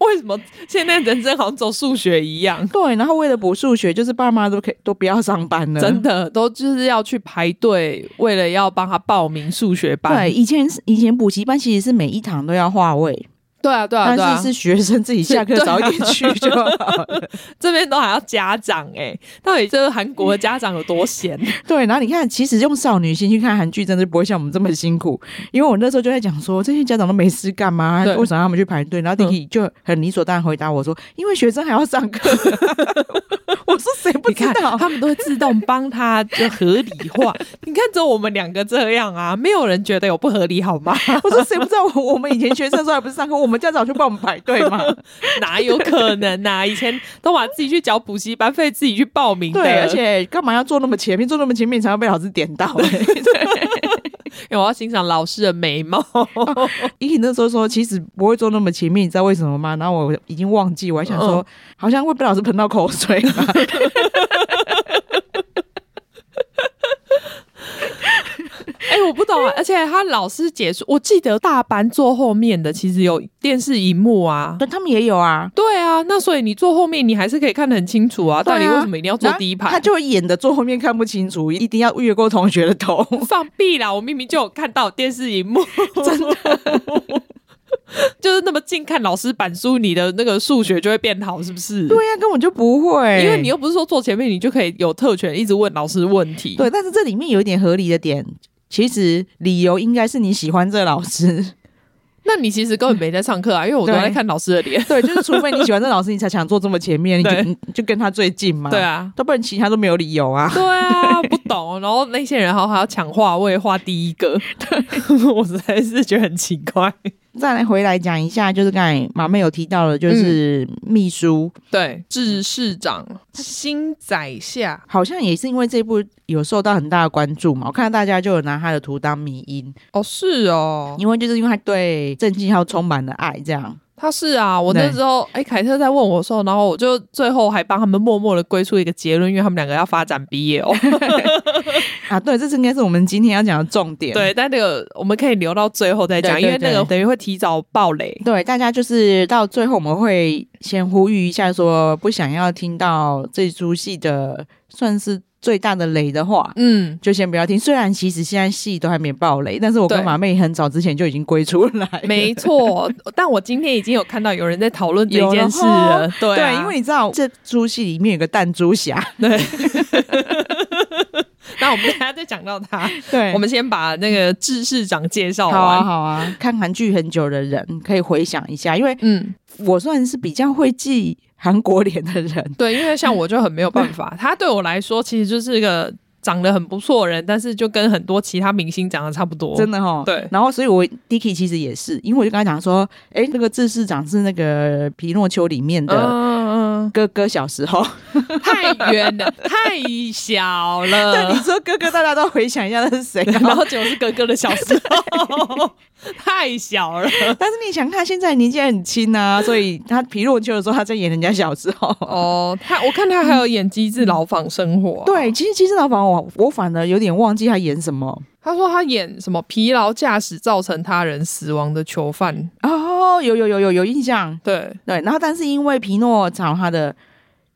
B: 为什么现在人生好像走数学一样？
A: 对，然后为了补数学，就是爸妈都可以都不要上班了，
B: 真的都就是要去排队，为了要帮他报名数学班。
A: 对，以前以前补习班其实是每一堂都要划位，
B: 对啊，对啊，对
A: 但
B: 啊，
A: 是是学生自己下课
B: (laughs) 是对
A: 早
B: 啊
A: 一点去就好了。
B: 这边都还要家长哎、到底这个韩国的家长有多
A: (laughs)
B: 闲？
A: 对，然后你看，其实用少女心去看韩剧，真的不会像我们这么辛苦。因为我那时候就在讲说，这些家长都没事干嘛？
B: 对嗯
A: 为什么让他们去排队？然后弟弟就很理所当然回答我说：“因为学生还要上
B: (laughs)
A: 课。”我说：“谁不
B: 你
A: 知
B: 看，
A: 道
B: 他们都会自动帮他就合
A: (laughs)
B: 理化。你看，只有我们两个这样啊，没有人觉得有不合理好吗？？”
A: (laughs) 我说：“谁不知道我？我们以前学生的时候还不是上课，我们家长去帮我们排队
B: (laughs)
A: 嘛？
B: 哪有可能啊？以前都把自己去缴补习班费，自己去报名的。
A: 对，而且干嘛要坐那么前面？坐那么前面，你才要被老师点到、欸。 (laughs)
B: 因为我要欣赏老师的眉毛。
A: 依婷那时候说，其实不会坐那么前面，你知道为什么吗？然后我已经忘记，我还想说，
B: 嗯
A: 好像会被老师喷到口水
B: (laughs)
A: 吧。
B: (laughs) 哎、我不懂啊！而且他老师解说，我记得大班坐后面的其实有电视荧幕啊。
A: 但他们也有啊，
B: 对啊，那所以你坐后面，你还是可以看得很清楚啊。
A: 对啊
B: 到底为什么一定要坐第一排？
A: 他就会演的坐后面看不清楚，一定要越过同学的
B: (laughs)
A: 头。
B: 放屁啦！我明明就有看到电视荧幕，
A: (laughs) 真的，
B: (laughs) 就是那么近看老师板书，你的那个数学就会变好，是不是？
A: 对、呀、根本就不会，
B: 因为你又不是说坐前面，你就可以有特权一直问老师问题。
A: 对。但是这里面有一点合理的点，其实理由应该是你喜欢这个老
B: (laughs)
A: 师，
B: 那你其实根本没在上课啊，因为我都
A: 对
B: 在看老师的 (laughs) 脸。
A: 对，就是除非你喜欢这个老师，你才想坐这么前面，你就
B: (laughs) 对
A: 你就跟他最近嘛，
B: 对，啊，
A: 要不然其他都没有理由啊。
B: 对啊，不懂。然后那些人好还要抢话位，画第一个， (laughs) 我实在是觉得很奇怪。
A: 再来回来讲一下，就是刚才马妹有提到的，就是
B: 嗯
A: 秘书，
B: 对，致市长新宰相，
A: 好像也是因为这部有受到很大的关注嘛，我看到大家就有拿他的图当迷因，
B: 哦，是哦，
A: 因为就是因为他对郑敬浩充满了爱，这样。
B: 他是啊。我那
A: 对
B: 时候，哎、凯特在问我的时候，然后我就最后还帮他们默默的归出一个结论，因为他们两个要发展毕业哦。
A: 啊，对，这是应该是我们今天要讲的重点。
B: (laughs) 对，但那个我们可以留到最后再讲，
A: 对
B: 因
A: 对
B: 为那
A: 对
B: 个等于会提早爆雷。
A: 对，大家就是到最后我们会先呼吁一下说不想要听到这出戏的算是最大的雷的话。
B: 嗯，
A: 就先不要听，虽然其实现在戏都还没爆雷，但是我跟
B: 对
A: 马妹很早之前就已经归出来了。
B: (laughs) 没错。但我今天已经有看到有人在讨论这
A: 有了
B: 件事
A: 哈
B: 了，对
A: 对,、
B: 啊 (laughs)
A: 因为你知道这出戏里面有个弹珠侠，
B: 对。那我们等一下再讲到他。
A: 对，
B: 我们先把那个志市长介绍
A: 好啊
B: 完。
A: 好啊，看韩剧很久的人可以回想一下，因为
B: 嗯，
A: 我算是比较会记韩国脸的人。
B: 对，因为像我就很没有办 (laughs) 法，他对我来说其实就是个长得很不错的人，但是就跟很多其他明星长得差不多。
A: 真的哦哈，
B: (laughs) 对
A: 然后，所以我 Dicky 其实也是，因为我就跟他讲说，哎，那个志市长是那个《皮诺丘》里面的
B: (laughs) 嗯，嗯
A: 哥哥，小时候。
B: 嗯太远 (laughs) 了，太小
A: 但你
B: 了。
A: 说哥哥，大家都回想一下那是
B: (laughs)
A: 谁啊？
B: 然后结果是哥哥的小时 (laughs) 候，太小了。
A: 哦但是你想看，现在年纪还很轻啊，所以他皮诺丘的时候，他在演人家小时候。
B: 哦，他我看他还有演《机智牢房生活》啊
A: 对，其实《其实老房》我我反而有点忘记他演什么
B: 他说他演什么疲劳驾驶造成他人死亡的囚犯，
A: 哦，有有有有有印象，
B: 对，
A: 对，然后但是因为皮诺曹他的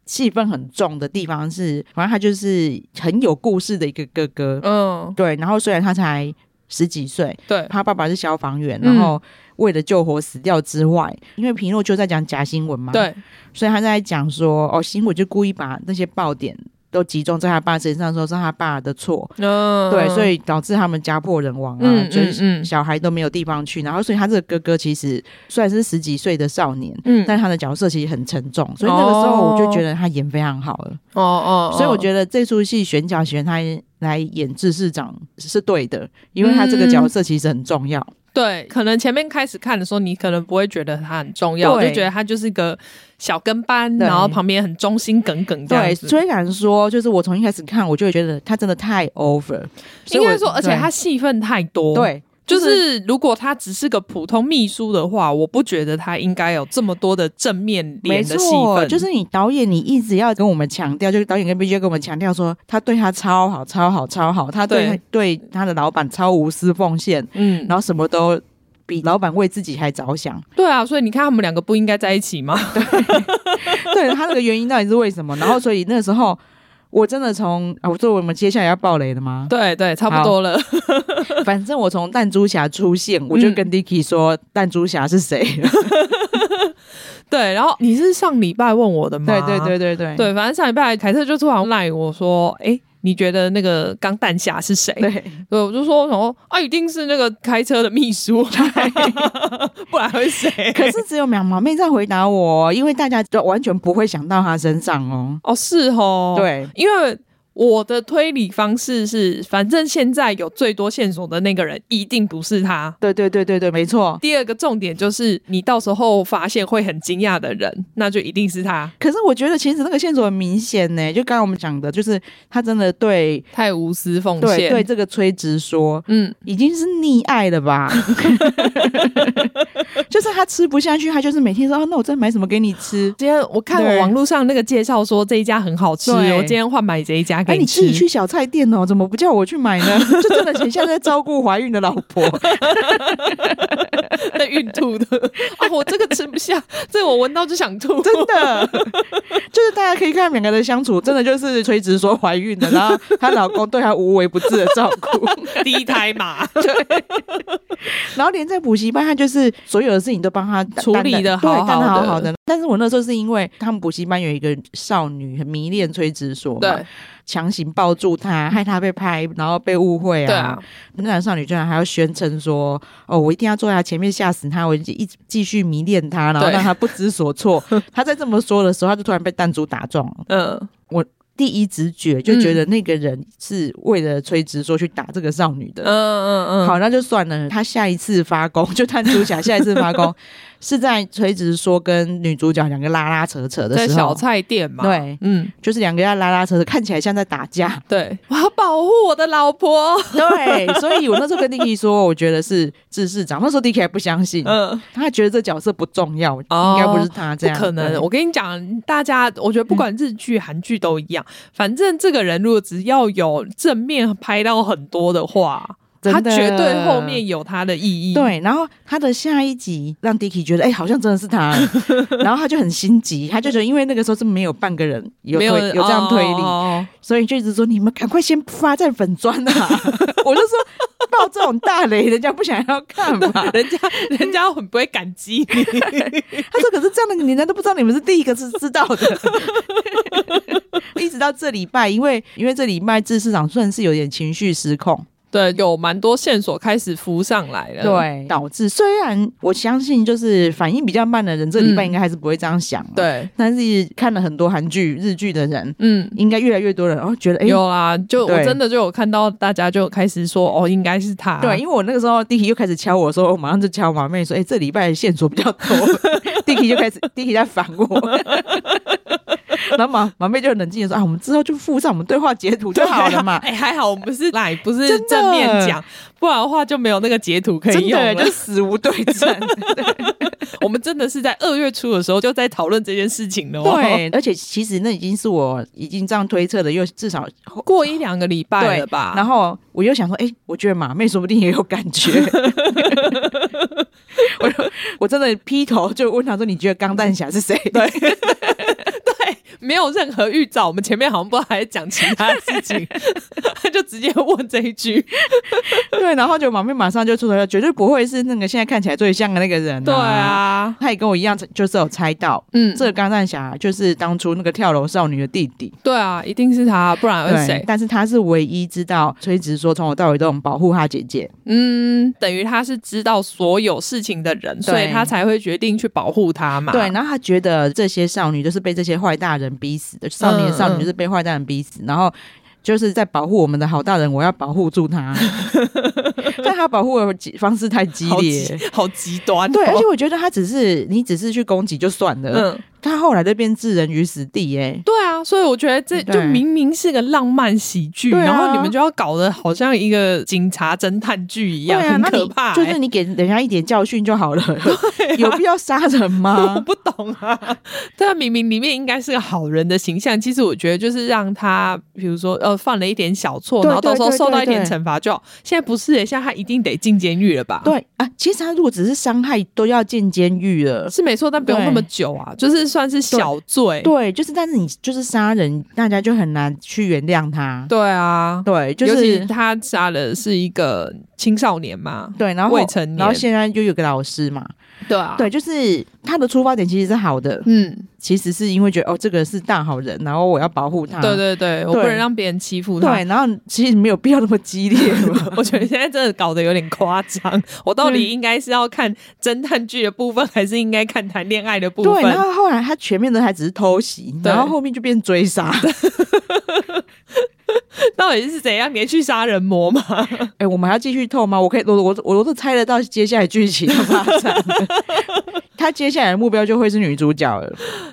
A: 戏份很重的地方是，反正他就是很有故事的一个哥哥，
B: 嗯，
A: 对，然后虽然他才十几岁，
B: 对，
A: 他爸爸是消防员，
B: 嗯
A: 然后为了救火死掉之外，因为皮诺就在讲假新闻嘛，，
B: 对，
A: 所以他在讲说，哦，新闻就故意把那些爆点都集中在他爸身上，说是他爸的错，
B: 嗯，
A: 对，所以导致他们家破人亡啊，
B: 嗯
A: 就
B: 嗯
A: 是
B: 嗯
A: 小孩都没有地方去，然后所以他这个哥哥其实虽然是十几岁的少年，
B: 嗯，
A: 但他的角色其实很沉重，所以那个时候我就觉得他演非常好了，
B: 哦哦，
A: 所以我
B: 得
A: 觉得这出戏选角选他来演志市长是对的，因为他这个角色其实很重要。
B: 对，可能前面开始看的时候，你可能不会觉得他很重要，
A: 对
B: 就觉得他就是个小跟班，
A: 对
B: 然后旁边很忠心耿耿这
A: 对，
B: 样子。
A: 虽然说就是我从一开始看，我就会觉得他真的太 over，所以
B: 应
A: 我
B: 该说，而且
A: 对
B: 他戏份太多，，
A: 对，
B: 就是如果他只是个普通秘书的话，我不觉得他应该有这么多的正面
A: 没
B: 脸的戏
A: 错，
B: 份，
A: 就是你导演，你一直要跟我们强调，就是导演跟编剧要跟我们强调说，他对他超好，超好，超好，他对他对他的老板超无私奉献，
B: 嗯，
A: 然后什么都比老板为自己还着想。
B: 对啊，所以你看他们两个不应该在一起吗？
A: (laughs) 对他那个原因到底是为什么？然后所以那时候。我真的从啊，我说我们接下来要爆雷了
B: (laughs)
A: 吗？
B: 对对，差不
A: 好
B: 多了。
A: 反正我从弹珠侠出现，我就跟 Dicky 说弹珠侠是谁。
B: (laughs) 对，然后你是上礼拜问我的吗？
A: 对对对对对
B: 对，反正上礼拜凯特就突然赖我说：“哎、你觉得那个钢弹侠是谁？”
A: 对
B: 对，我就说：“然后啊，一定是那个开车的秘
A: (laughs)
B: 书， (laughs) 不然会谁？”
A: 可是只有苗毛妹在回答我，因为大家都完全不会想到她身上哦。
B: 哦，是哦，，
A: 对，
B: 因为。我的推理方式是，反正现在有最多线索的那个人一定不是他，
A: 对对对对对，没错。
B: 第二个重点就是，你到时候发现会很惊讶的人，那就一定是他，
A: 可是我觉得其实那个线索很明显呢，就刚刚我们讲的，就是他真的对
B: 太无私奉
A: 对
B: 献。
A: 对，这个崔直说
B: 嗯，
A: 已经是溺爱了吧， (laughs) 就是他吃不下去，他就是每天说、啊、那我再买什么给你吃，
B: 今天我看
A: 对
B: 我网络上那个介绍说这一家很好吃，
A: 对
B: 我今天换买这一家
A: 哎、
B: 给
A: 你
B: 吃。
A: 自己去小菜店哦，怎么不叫我去买呢？就真的很像在照顾怀孕的老婆，
B: (laughs)
A: (laughs)
B: 那孕吐的啊，我这个吃不下， (laughs) 这个我闻到就想吐。
A: 真的，就是大家可以看他们两个的相处，真的就是垂直说怀孕的，然后她老公对她无微不至的照
B: (laughs)
A: 顾，
B: 第一胎嘛，
A: 然后连在补习班，她就是所有的事情都帮她
B: 处理得好好的
A: 对干得好好的。但是我那时候是因为他们补习班有一个少女很迷恋崔直说嘛
B: (laughs) 对，啊
A: 强行抱住她，害她被拍，然后被误会
B: 嗯对啊，
A: 那男少女居然还要宣称说：“哦，我一定要坐在他前面吓死他，我一直继续迷恋他，然后
B: 对
A: 让他不知所
B: (laughs)
A: 措。”他在这么说的时候，他就突然被弹珠打中了。
B: 嗯，
A: 第一直觉就觉得那个人是为了崔直说去打这个少女
B: 嗯
A: 的。
B: 嗯嗯，
A: 好，那就算了。他下一次发功，就探珠侠下一次发功 (laughs) 是在崔直说跟女主角两个拉拉扯扯的
B: 在
A: 时
B: 小
A: 候，
B: 菜店嘛，
A: 对
B: 嗯，
A: 就是两个要拉拉扯扯，看起来像在打架。
B: 对，我要保护我的老婆。 (laughs)
A: 对，所以我那时候跟 Dicky 说，我觉得是志市长。那时候 Dicky 还不相信，
B: 嗯，
A: 他觉得这角色不重要，
B: 哦
A: 应该不是他这
B: 不
A: 样。
B: 可能！
A: 对
B: 我跟你讲，大家，我觉得不管日剧、韩剧都一样，反正这个人如果只要有正面拍到很多的话，
A: 真
B: 他
A: 的
B: 绝对后面有他的意义。，
A: 对，然后他的下一集让 Dicky 觉得，哎、好像真的是
B: (laughs)
A: 他，然后他就很心急，他就觉得，因为那个时候是没有半个人有
B: 没
A: 推
B: 有
A: 有
B: 人
A: 这样推理，
B: 哦
A: 所以就一直说你们赶快先发在粉砖啊！ (laughs) 我就说爆这种大雷，人家不想要看嘛。(laughs)
B: 哦人家人家很不会感激你。 (laughs)
A: 他说：“可是这样的你，人家都不知道你们是第一个是知道的。”一直到这礼拜，因为因为这礼拜志市长算是有点情绪失控，
B: 对，有蛮多线索开始浮上来了。，
A: 对，导致虽然我相信就是反应比较慢的人，这礼拜应该还是不会这样想、，啊
B: 对，
A: 但是看了很多韩剧、日剧的人，
B: 嗯。
A: 应该越来越多人哦觉得哎。
B: 有啦，就我
A: 对
B: 真的就有看到大家就开始说哦，应该是他。
A: 对，因为我那个时候 Dicky 又开始敲我的时候，我马上就敲马妹说：“哎、这礼拜线索比较多。”Dicky 就开始 Dicky 在烦我， (laughs) 然后马马妹就冷静的说：“啊，我们之后就附上我们对话截图就好了嘛。
B: (laughs) 哎、还好我们不是赖，不是
A: 真的
B: 正面讲，不然的话就啊没有那个截图可以
A: 真
B: 用
A: 的
B: 了。
A: 就死无对
B: (laughs)
A: 证，
B: 我们真的是在二月初的时候就在讨论这件事情了、哦。，
A: 对，而且其实那已经是我已经这样推测的，又至少后
B: 过一两个礼拜
A: 对
B: 了吧？
A: 然后我又想说，哎、我觉得马妹说不定也有感觉。
B: (laughs)
A: 我就我真的劈头就问他说：“你觉得钢弹侠是谁？”对，
B: 没有任何预兆，我们前面好像不知道还在讲其他的事 (laughs) 情，他就直接问这一句。
A: (laughs) 对，然后就马妹马上就出头了，绝对不会是那个现在看起来最像的那个人、
B: 对，啊，
A: 他也跟我一样，就是有猜到。
B: 嗯，
A: 这个钢弹侠就是当初那个跳楼少女的弟弟，
B: 对啊，一定是他，不然会是
A: 对
B: 呃谁？，
A: 但是他是唯一知道崔直说从头到尾都很保护他姐姐，
B: 嗯，等于他是知道所有事情的人，所以他才会决定去保护他嘛。
A: 对，然后他觉得这些少女就是被这些坏大人逼死的，少年少
B: 嗯
A: 女就是被坏大人逼死，然后。就是在保护我们的好大人，我要保护住
B: (laughs)
A: 他，但他保护的方式太激
B: 好
A: 烈。
B: 极好极端哦、
A: 对，而且我觉得他只是你只是去攻击就算了，
B: 嗯，
A: 他后来都变置人于死地欸耶、
B: 对啊，所以我觉得这
A: 对
B: 就明明是个浪漫喜剧，
A: 对啊
B: 然后你们就要搞得好像一个警察侦探剧一
A: 对
B: 样，
A: 啊，
B: 很
A: 那
B: 可
A: 你
B: 怕、
A: 就
B: 欸啊
A: 是你给人家一点教训就好
B: (laughs)
A: 了，有必要杀人
B: 我
A: (laughs) 吗？
B: 不懂 (laughs) 啊，但明明里面应该是个好人的形象，其实我觉得就是让他，比如说呃犯了一点小错，
A: 对
B: 然后到时候
A: 对对
B: 受到一点
A: 对对
B: 惩罚就好。现在不是耶，现在他一定得进监狱了吧？，
A: 对啊，其实他如果只是伤害，都要进监狱了。
B: 是没错，但不用
A: 对
B: 那么久啊，就是算是小罪。
A: 对，就是但是你就是杀人，大家就很难去原谅他。
B: 对啊，
A: 对，就
B: 尤其
A: 是
B: 他杀的是一个青少年嘛，
A: 对，然后
B: 未成年
A: 然后现在就有个老师嘛，
B: 对啊，
A: 对，就是他的出发点其实是好的，
B: 嗯，
A: 其实是因为觉得哦这个是大好人，然后我要保护他，
B: 对对对，我
A: 对
B: 不能让别人欺负他，
A: 啊对，。然后其实没有必要那么激烈嘛
B: (laughs) 我觉得现在真的搞得有点夸张。我到底
A: 对
B: 应该是要看侦探剧的部分，还是应该看谈恋爱的部分？
A: 对，然后后来他前面的还只是偷袭，
B: 对
A: 然后后面就变追杀，
B: 到底是怎样连续杀人魔吗？
A: (laughs) (laughs) 哎，我们还要继续透吗？我可以，我我我都猜得到接下来剧情的发 (laughs) 展了，他接下来的目标就会是女主角了，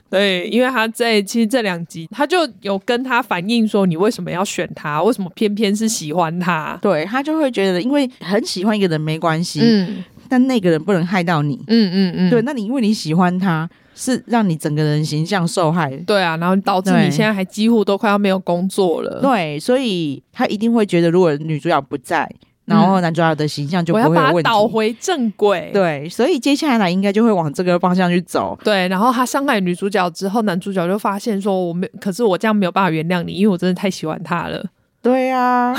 B: 对，因为他在其实这两集，他就有跟他反映说，你为什么要选他？为什么偏偏是喜欢他？
A: 对他就会觉得因为很喜欢一个人没关系，
B: 嗯
A: 但那个人不能害到你。
B: 嗯嗯嗯，
A: 对，那你因为你喜欢他，是让你整个人形象受害。
B: 对啊，然后导致你
A: 对
B: 现在还几乎都快要没有工作了。
A: 对，所以他一定会觉得，如果女主角不在，然后男主角的形象就
B: 我
A: 不
B: 要
A: 会
B: 把
A: 有
B: 他
A: 问题。
B: 导回正轨。
A: 对，所以接下来应该就会往这个方向去走。
B: 对，然后他伤害女主角之后，男主角就发现说，我没，可是我这样没有办法原谅你，因为我真的太喜欢他了。
A: 对 (laughs) 呀、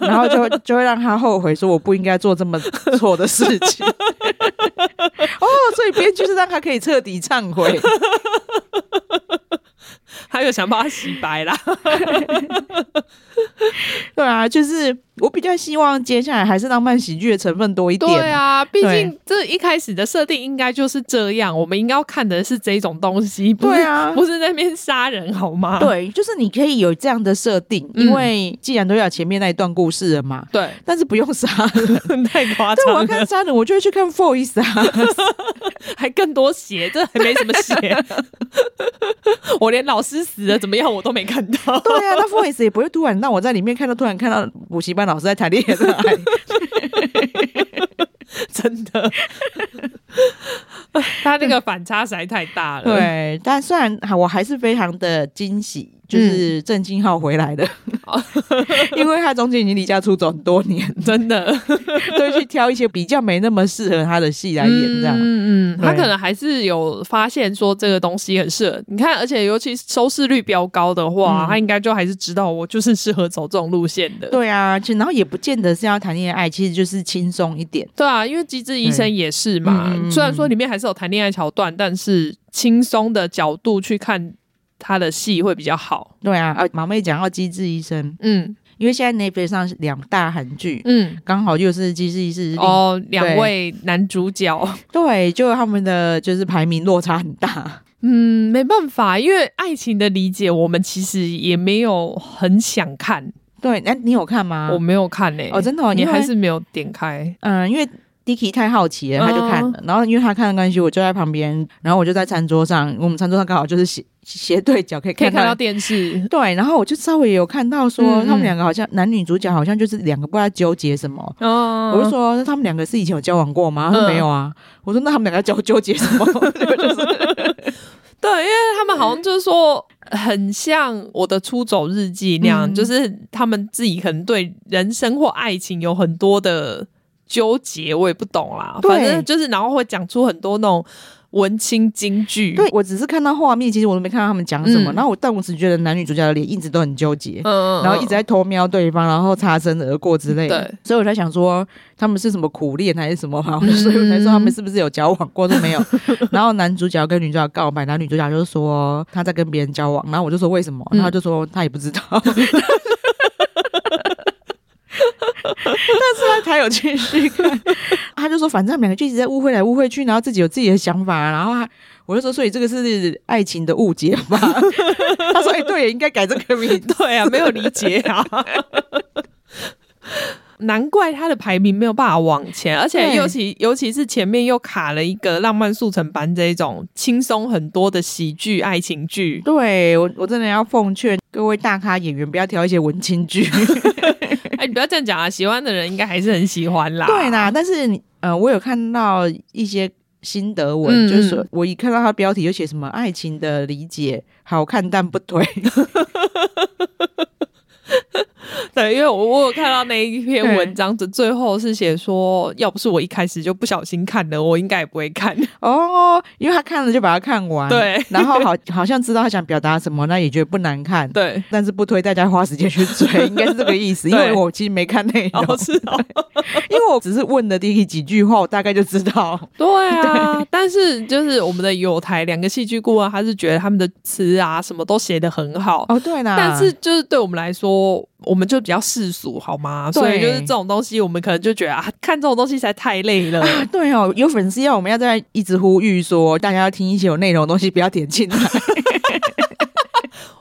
A: 然后就就会让他后悔，说我不应该做这么错的事 (laughs) 情。哦，所以编剧是让他可以彻底忏 (laughs) 悔。
B: 他有想帮他洗白啦。
A: 对啊，就是我比较希望接下来还是浪漫喜剧的成分多一点。
B: 对啊，毕竟
A: 对
B: 这一开始的设定应该就是这样，我们应该要看的是这种东西，不是
A: 对啊
B: 不是在那边杀人好吗？
A: 对，就是你可以有这样的设定，
B: 嗯
A: 因为既然都要前面那一段故事了嘛，
B: 对，
A: 但是不用杀 (laughs) 人。
B: 太夸
A: 但我要
B: 张
A: (laughs)
B: 了
A: 看，杀人，我就会去看啊 f o r 杀。
B: 还更多血，这还没什么血。 (laughs) 我连老师死了怎么样我都没看到。 (laughs)
A: 对啊，那 f o r 也不会突然让我在里面看到，突然看到补习班老师在谈恋爱。
B: 真
A: (laughs)
B: 的，他那个反差实在太大了。，
A: 对，但虽然我还是非常的惊喜，
B: 嗯
A: 就是郑敬浩回来的，
B: 哦
A: 因为他中间已经离家出走很多年，
B: 真的
A: 都去挑一些比较没那么适合他的戏来演这样。
B: 嗯嗯嗯，
A: 对
B: 他可能还是有发现说这个东西很适合。你看，而且尤其收视率飙高的话，
A: 嗯
B: 他应该就还是知道我就是适合走这种路线的。
A: 对啊，其实然后也不见得是要谈恋爱，其实就是轻松一点。
B: 对啊，因为《机智医生》也是嘛，
A: 嗯嗯嗯
B: 虽然说里面还是有谈恋爱桥段，但是轻松的角度去看他的戏会比较好。
A: 对啊，啊，毛妹讲到《机智医生》，
B: 嗯
A: 因为现在 Netflix 上是两大韩剧，
B: 嗯，
A: 刚好又是《机智医生》
B: 哦，两位男主角，
A: 对，就他们的就是排名落差很大。
B: 嗯，没办法，因为爱情的理解，我们其实也没有很想看，
A: 对，那、你有看吗？
B: 我没有看欸呢、
A: 哦，真的、哦，
B: 你
A: 因为
B: 还是没有点开。
A: 嗯、因为 Dicky 太好奇了，他就看了。
B: 嗯
A: 然后因为他看的关系，我就在旁边，然后我就在餐桌上，我们餐桌上刚好就是斜斜对角，可以
B: 可以
A: 看
B: 看到
A: 到。
B: 电视，
A: 对，然后我就稍微有看到说，
B: 嗯嗯
A: 他们两个好像男女主角好像就是两个不知道在纠结什么。
B: 嗯，
A: 哦我就说，那他们两个是以前有交往过吗？他说
B: 嗯
A: 没有啊。我说那他们两个纠纠结什么？
B: (laughs) 对，因为他们
A: 嗯
B: 好像就是说很像我的出走日记那样，
A: 嗯
B: 就是他们自己可能对人生或爱情有很多的纠结，我也不懂啦。
A: 对
B: 反正就是，然后会讲出很多那种文青金句。
A: 对， (laughs) 我只是看到画面，其实我都没看到他们讲什么。
B: 嗯
A: 然后我但我只觉得男女主角的脸一直都很纠结。
B: 嗯，嗯，
A: 然后一直在偷瞄对方，然后擦身而过之类的。
B: 对，
A: 所以我在想说他们是什么苦恋还是什么嘛，
B: 嗯
A: 所以我才说他们是不是有交往过都没有。然后男主角跟女主角告白，男女主角就说他在跟别人交往，然后我就说为什么，
B: 嗯
A: 然后他就说他也不知道。 (laughs) 但是他才有继续看，他就说反正他们两个就一直在误会来误会去，然后自己有自己的想法，啊然后他我就说所以这个是爱情的误解吧？ (laughs) 他说哎、对，应该改这个名字。
B: (laughs) 对啊，没有理解 (laughs) 啊。难怪他的排名没有办法往前，而且
A: 对
B: 尤其尤其是前面又卡了一个《浪漫速成班》这一种轻松很多的喜剧爱情剧，
A: 对我，我真的要奉劝各位大咖演员，不要挑一些文青剧。
B: (laughs)
A: (laughs)
B: 哎，你不要这样讲啊！喜欢的人应该还是很喜欢啦。
A: 对啦，但是你呃，我有看到一些心得文，
B: 嗯
A: 就是说我一看到它标题就写什么“爱情的理解”，好看但不推。
B: 对，因为我我有看到那一篇文章的最后是写说，要不是我一开始就不小心看了，我应该也不会看。
A: 哦，因为他看了就把它看完，
B: 对
A: 然后好好像知道他想表达什么，那也觉得不难看。
B: 对，
A: 但是不推大家花时间去追，应该是这个意
B: (laughs)
A: 思。因为
B: 对
A: 我其实没看内容，
B: 哦 (laughs) 是哦，
A: 因为我只是问了第几句话，我大概就知道。
B: (laughs) 对啊。但是就是我们的有台两个戏剧顾问，他是觉得他们的词啊什么都写的很好。
A: 哦，对啦，
B: 但是就是对我们来说，我们就比较世俗，好吗？
A: 对
B: 所以就是这种东西，我们可能就觉得啊，看这种东西实在太累 (laughs) 了。
A: 啊， (laughs) 对哦，有粉丝要我们要在一直呼吁说，大家要听一些有内容的东西，不要点 (laughs) 进来。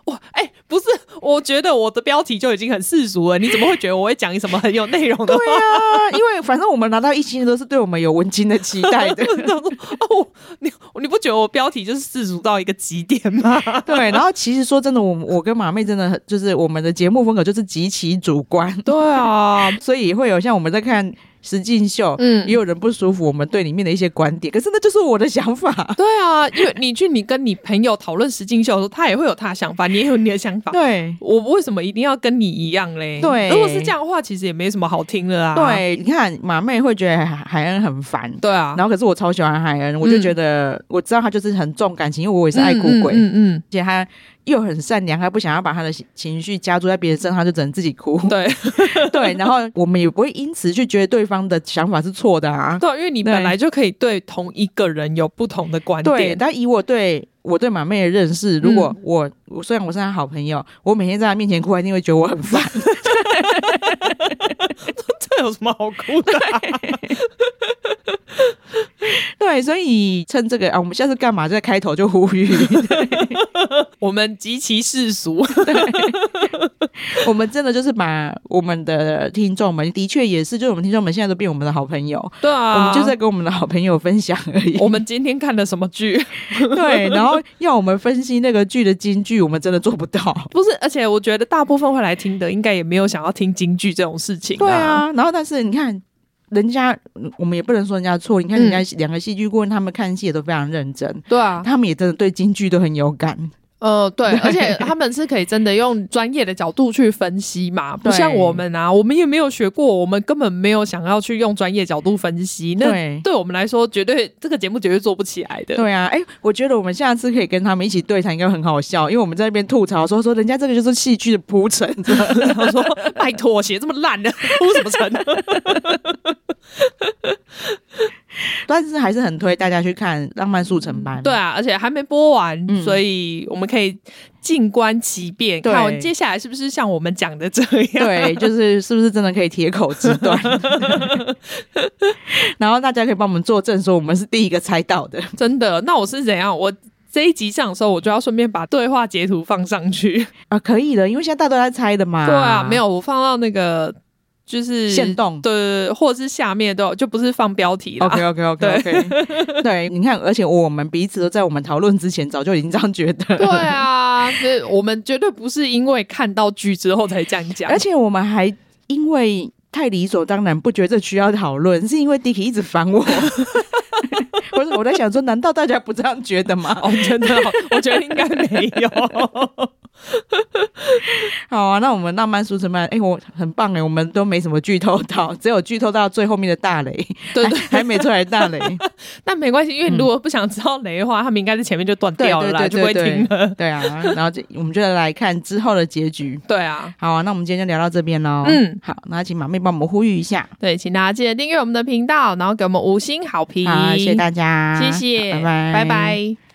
B: 哇，哎、不是，我觉得我的标题就已经很世俗了，你怎么会觉得我会讲什么很有内容的话？。
A: 啊，因为反正我们拿到一星的都是对我们有文青的期 (laughs) 待的
B: (laughs) 我想说哦，你你不觉得我标题就是世俗到一个极点吗？
A: 对，然后其实说真的，我我跟马妹真的很就是我们的节目风格就是极其主观，
B: (laughs)
A: (laughs)
B: 对 (laughs) 啊，
A: 所以也会有像我们在看实境秀，
B: 嗯
A: 也有人不舒服我们对里面的一些观点，可是那就是我的想法。
B: 对啊，因为你去你跟你朋友讨论石进秀的时候，他也会有他的想法，你也有你的想法。
A: (laughs) 对。
B: 我为什么一定要跟你一样嘞？
A: 对
B: 如果是这样的话，其实也没什么好听了啊。，
A: 对，你看马妹会觉得海海恩很烦，
B: 对啊，
A: 然后可是我超喜欢海恩，我就觉得我知道他就是很重感情，因为我也是爱哭鬼，
B: 嗯嗯
A: 而且他又很善良，他不想要把他的情绪加注在别人身上，他就只能自己哭。 (laughs)
B: 嗯 (laughs) 对
A: 对，然后我们也不会因此去觉得对方的想法是错的啊。
B: 对，因为你
A: 对
B: 本来就可以对同一个人有不同的观
A: 对，
B: 点。
A: 但以我对我对马妹的认识，如
B: 嗯
A: 果我、我虽然我是她好朋友，我每天在她面前哭，她一定会觉得我很烦。 (laughs)
B: 这有什么好哭的啊、
A: (laughs) 对，所以趁这个啊，我们下次干嘛就在开头就呼吁，
B: 我们极其世俗，
A: (laughs) 我们真的就是把我们的听众们，的确也是，就是我们听众们现在都变我们的好朋友，
B: (laughs) 对
A: 我
B: 啊
A: 们就在跟我们的好朋友分享而已。
B: 我们今天看了什么剧？
A: (laughs) 对，然后要我们分析那个剧的金句，我们真的做不到。
B: (laughs) 不是，而且我觉得大部分会来听的，应该也没有想要听京剧这种事情、
A: 对，啊，然后但是你看，人家嗯我们也不能说人家错，你看人家两个戏剧顾问，他们看戏也都非常认真，
B: 对啊，
A: 他们也真的对京剧都很有感。
B: 呃，对，而且他们是可以真的用专业的角度去分析嘛，不
A: 对
B: 像我们啊，我们也没有学过，我们根本没有想要去用专业角度分析，那
A: 对。
B: 对我们来说，绝对这个节目绝对做不起来的。
A: 对啊，哎、我觉得我们下次可以跟他们一起对谈，应该会很好笑，因为我们在那边吐槽说说人家这个就是戏剧的铺陈， (laughs)
B: 然后说：“ (laughs) 拜托，写这么烂的，哭什么成？”
A: 但是还是很推大家去看《浪漫速成班》。
B: 对啊，而且还没播完，
A: 嗯
B: 所以我们可以静观其变，
A: 对
B: 看我接下来是不是像我们讲的这样。
A: 对，就是是不是真的可以铁口直断？然后大家可以帮我们作证，说我们是第一个猜到的。
B: (laughs) 真的，那我是怎样？我这一集上的时候，我就要顺便把对话截图放上去。
A: 啊，可以的，因为现在大家都在猜的嘛。
B: 对啊，没有，我放到那个就是
A: 限动
B: 对对对，或者是下面都有，就不是放标题了。
A: OK OK OK OK，对，你看，而且我们彼此都在我们讨论之前早就已经这样觉得，
B: (laughs) 对啊，这我们绝对不是因为看到剧之后才这样讲，
A: 而且我们还因为太理所当然，不觉得这需要讨论，是因为 Dicky 一直烦
B: (laughs)
A: 我。 (laughs) 我我在想说，难道大家不这样觉得吗？
B: 哦，真的哦、 (laughs) 我觉得应该没
A: (laughs)
B: 有。
A: 好啊，那我们浪漫速成班，哎、我很棒哎、我们都没什么剧透到，只有剧透到最后面的大雷，
B: 对对
A: 还没出来大雷，
B: (laughs) 但没关系，因为你如果不想知道雷的话，他们应该是前面就断掉了啦，
A: 嗯对对对
B: 就不会听了。
A: 对啊，然后就我们就来看之后的结局。
B: 对啊，
A: 好啊，那我们今天就聊到这边喽。
B: 嗯，
A: 好，那请马妹帮我们呼吁一下，
B: 对，请大家记得订阅我们的频道，然后给我们五星好评。
A: 好，谢谢大家，
B: 谢谢，
A: 好拜拜，
B: 拜拜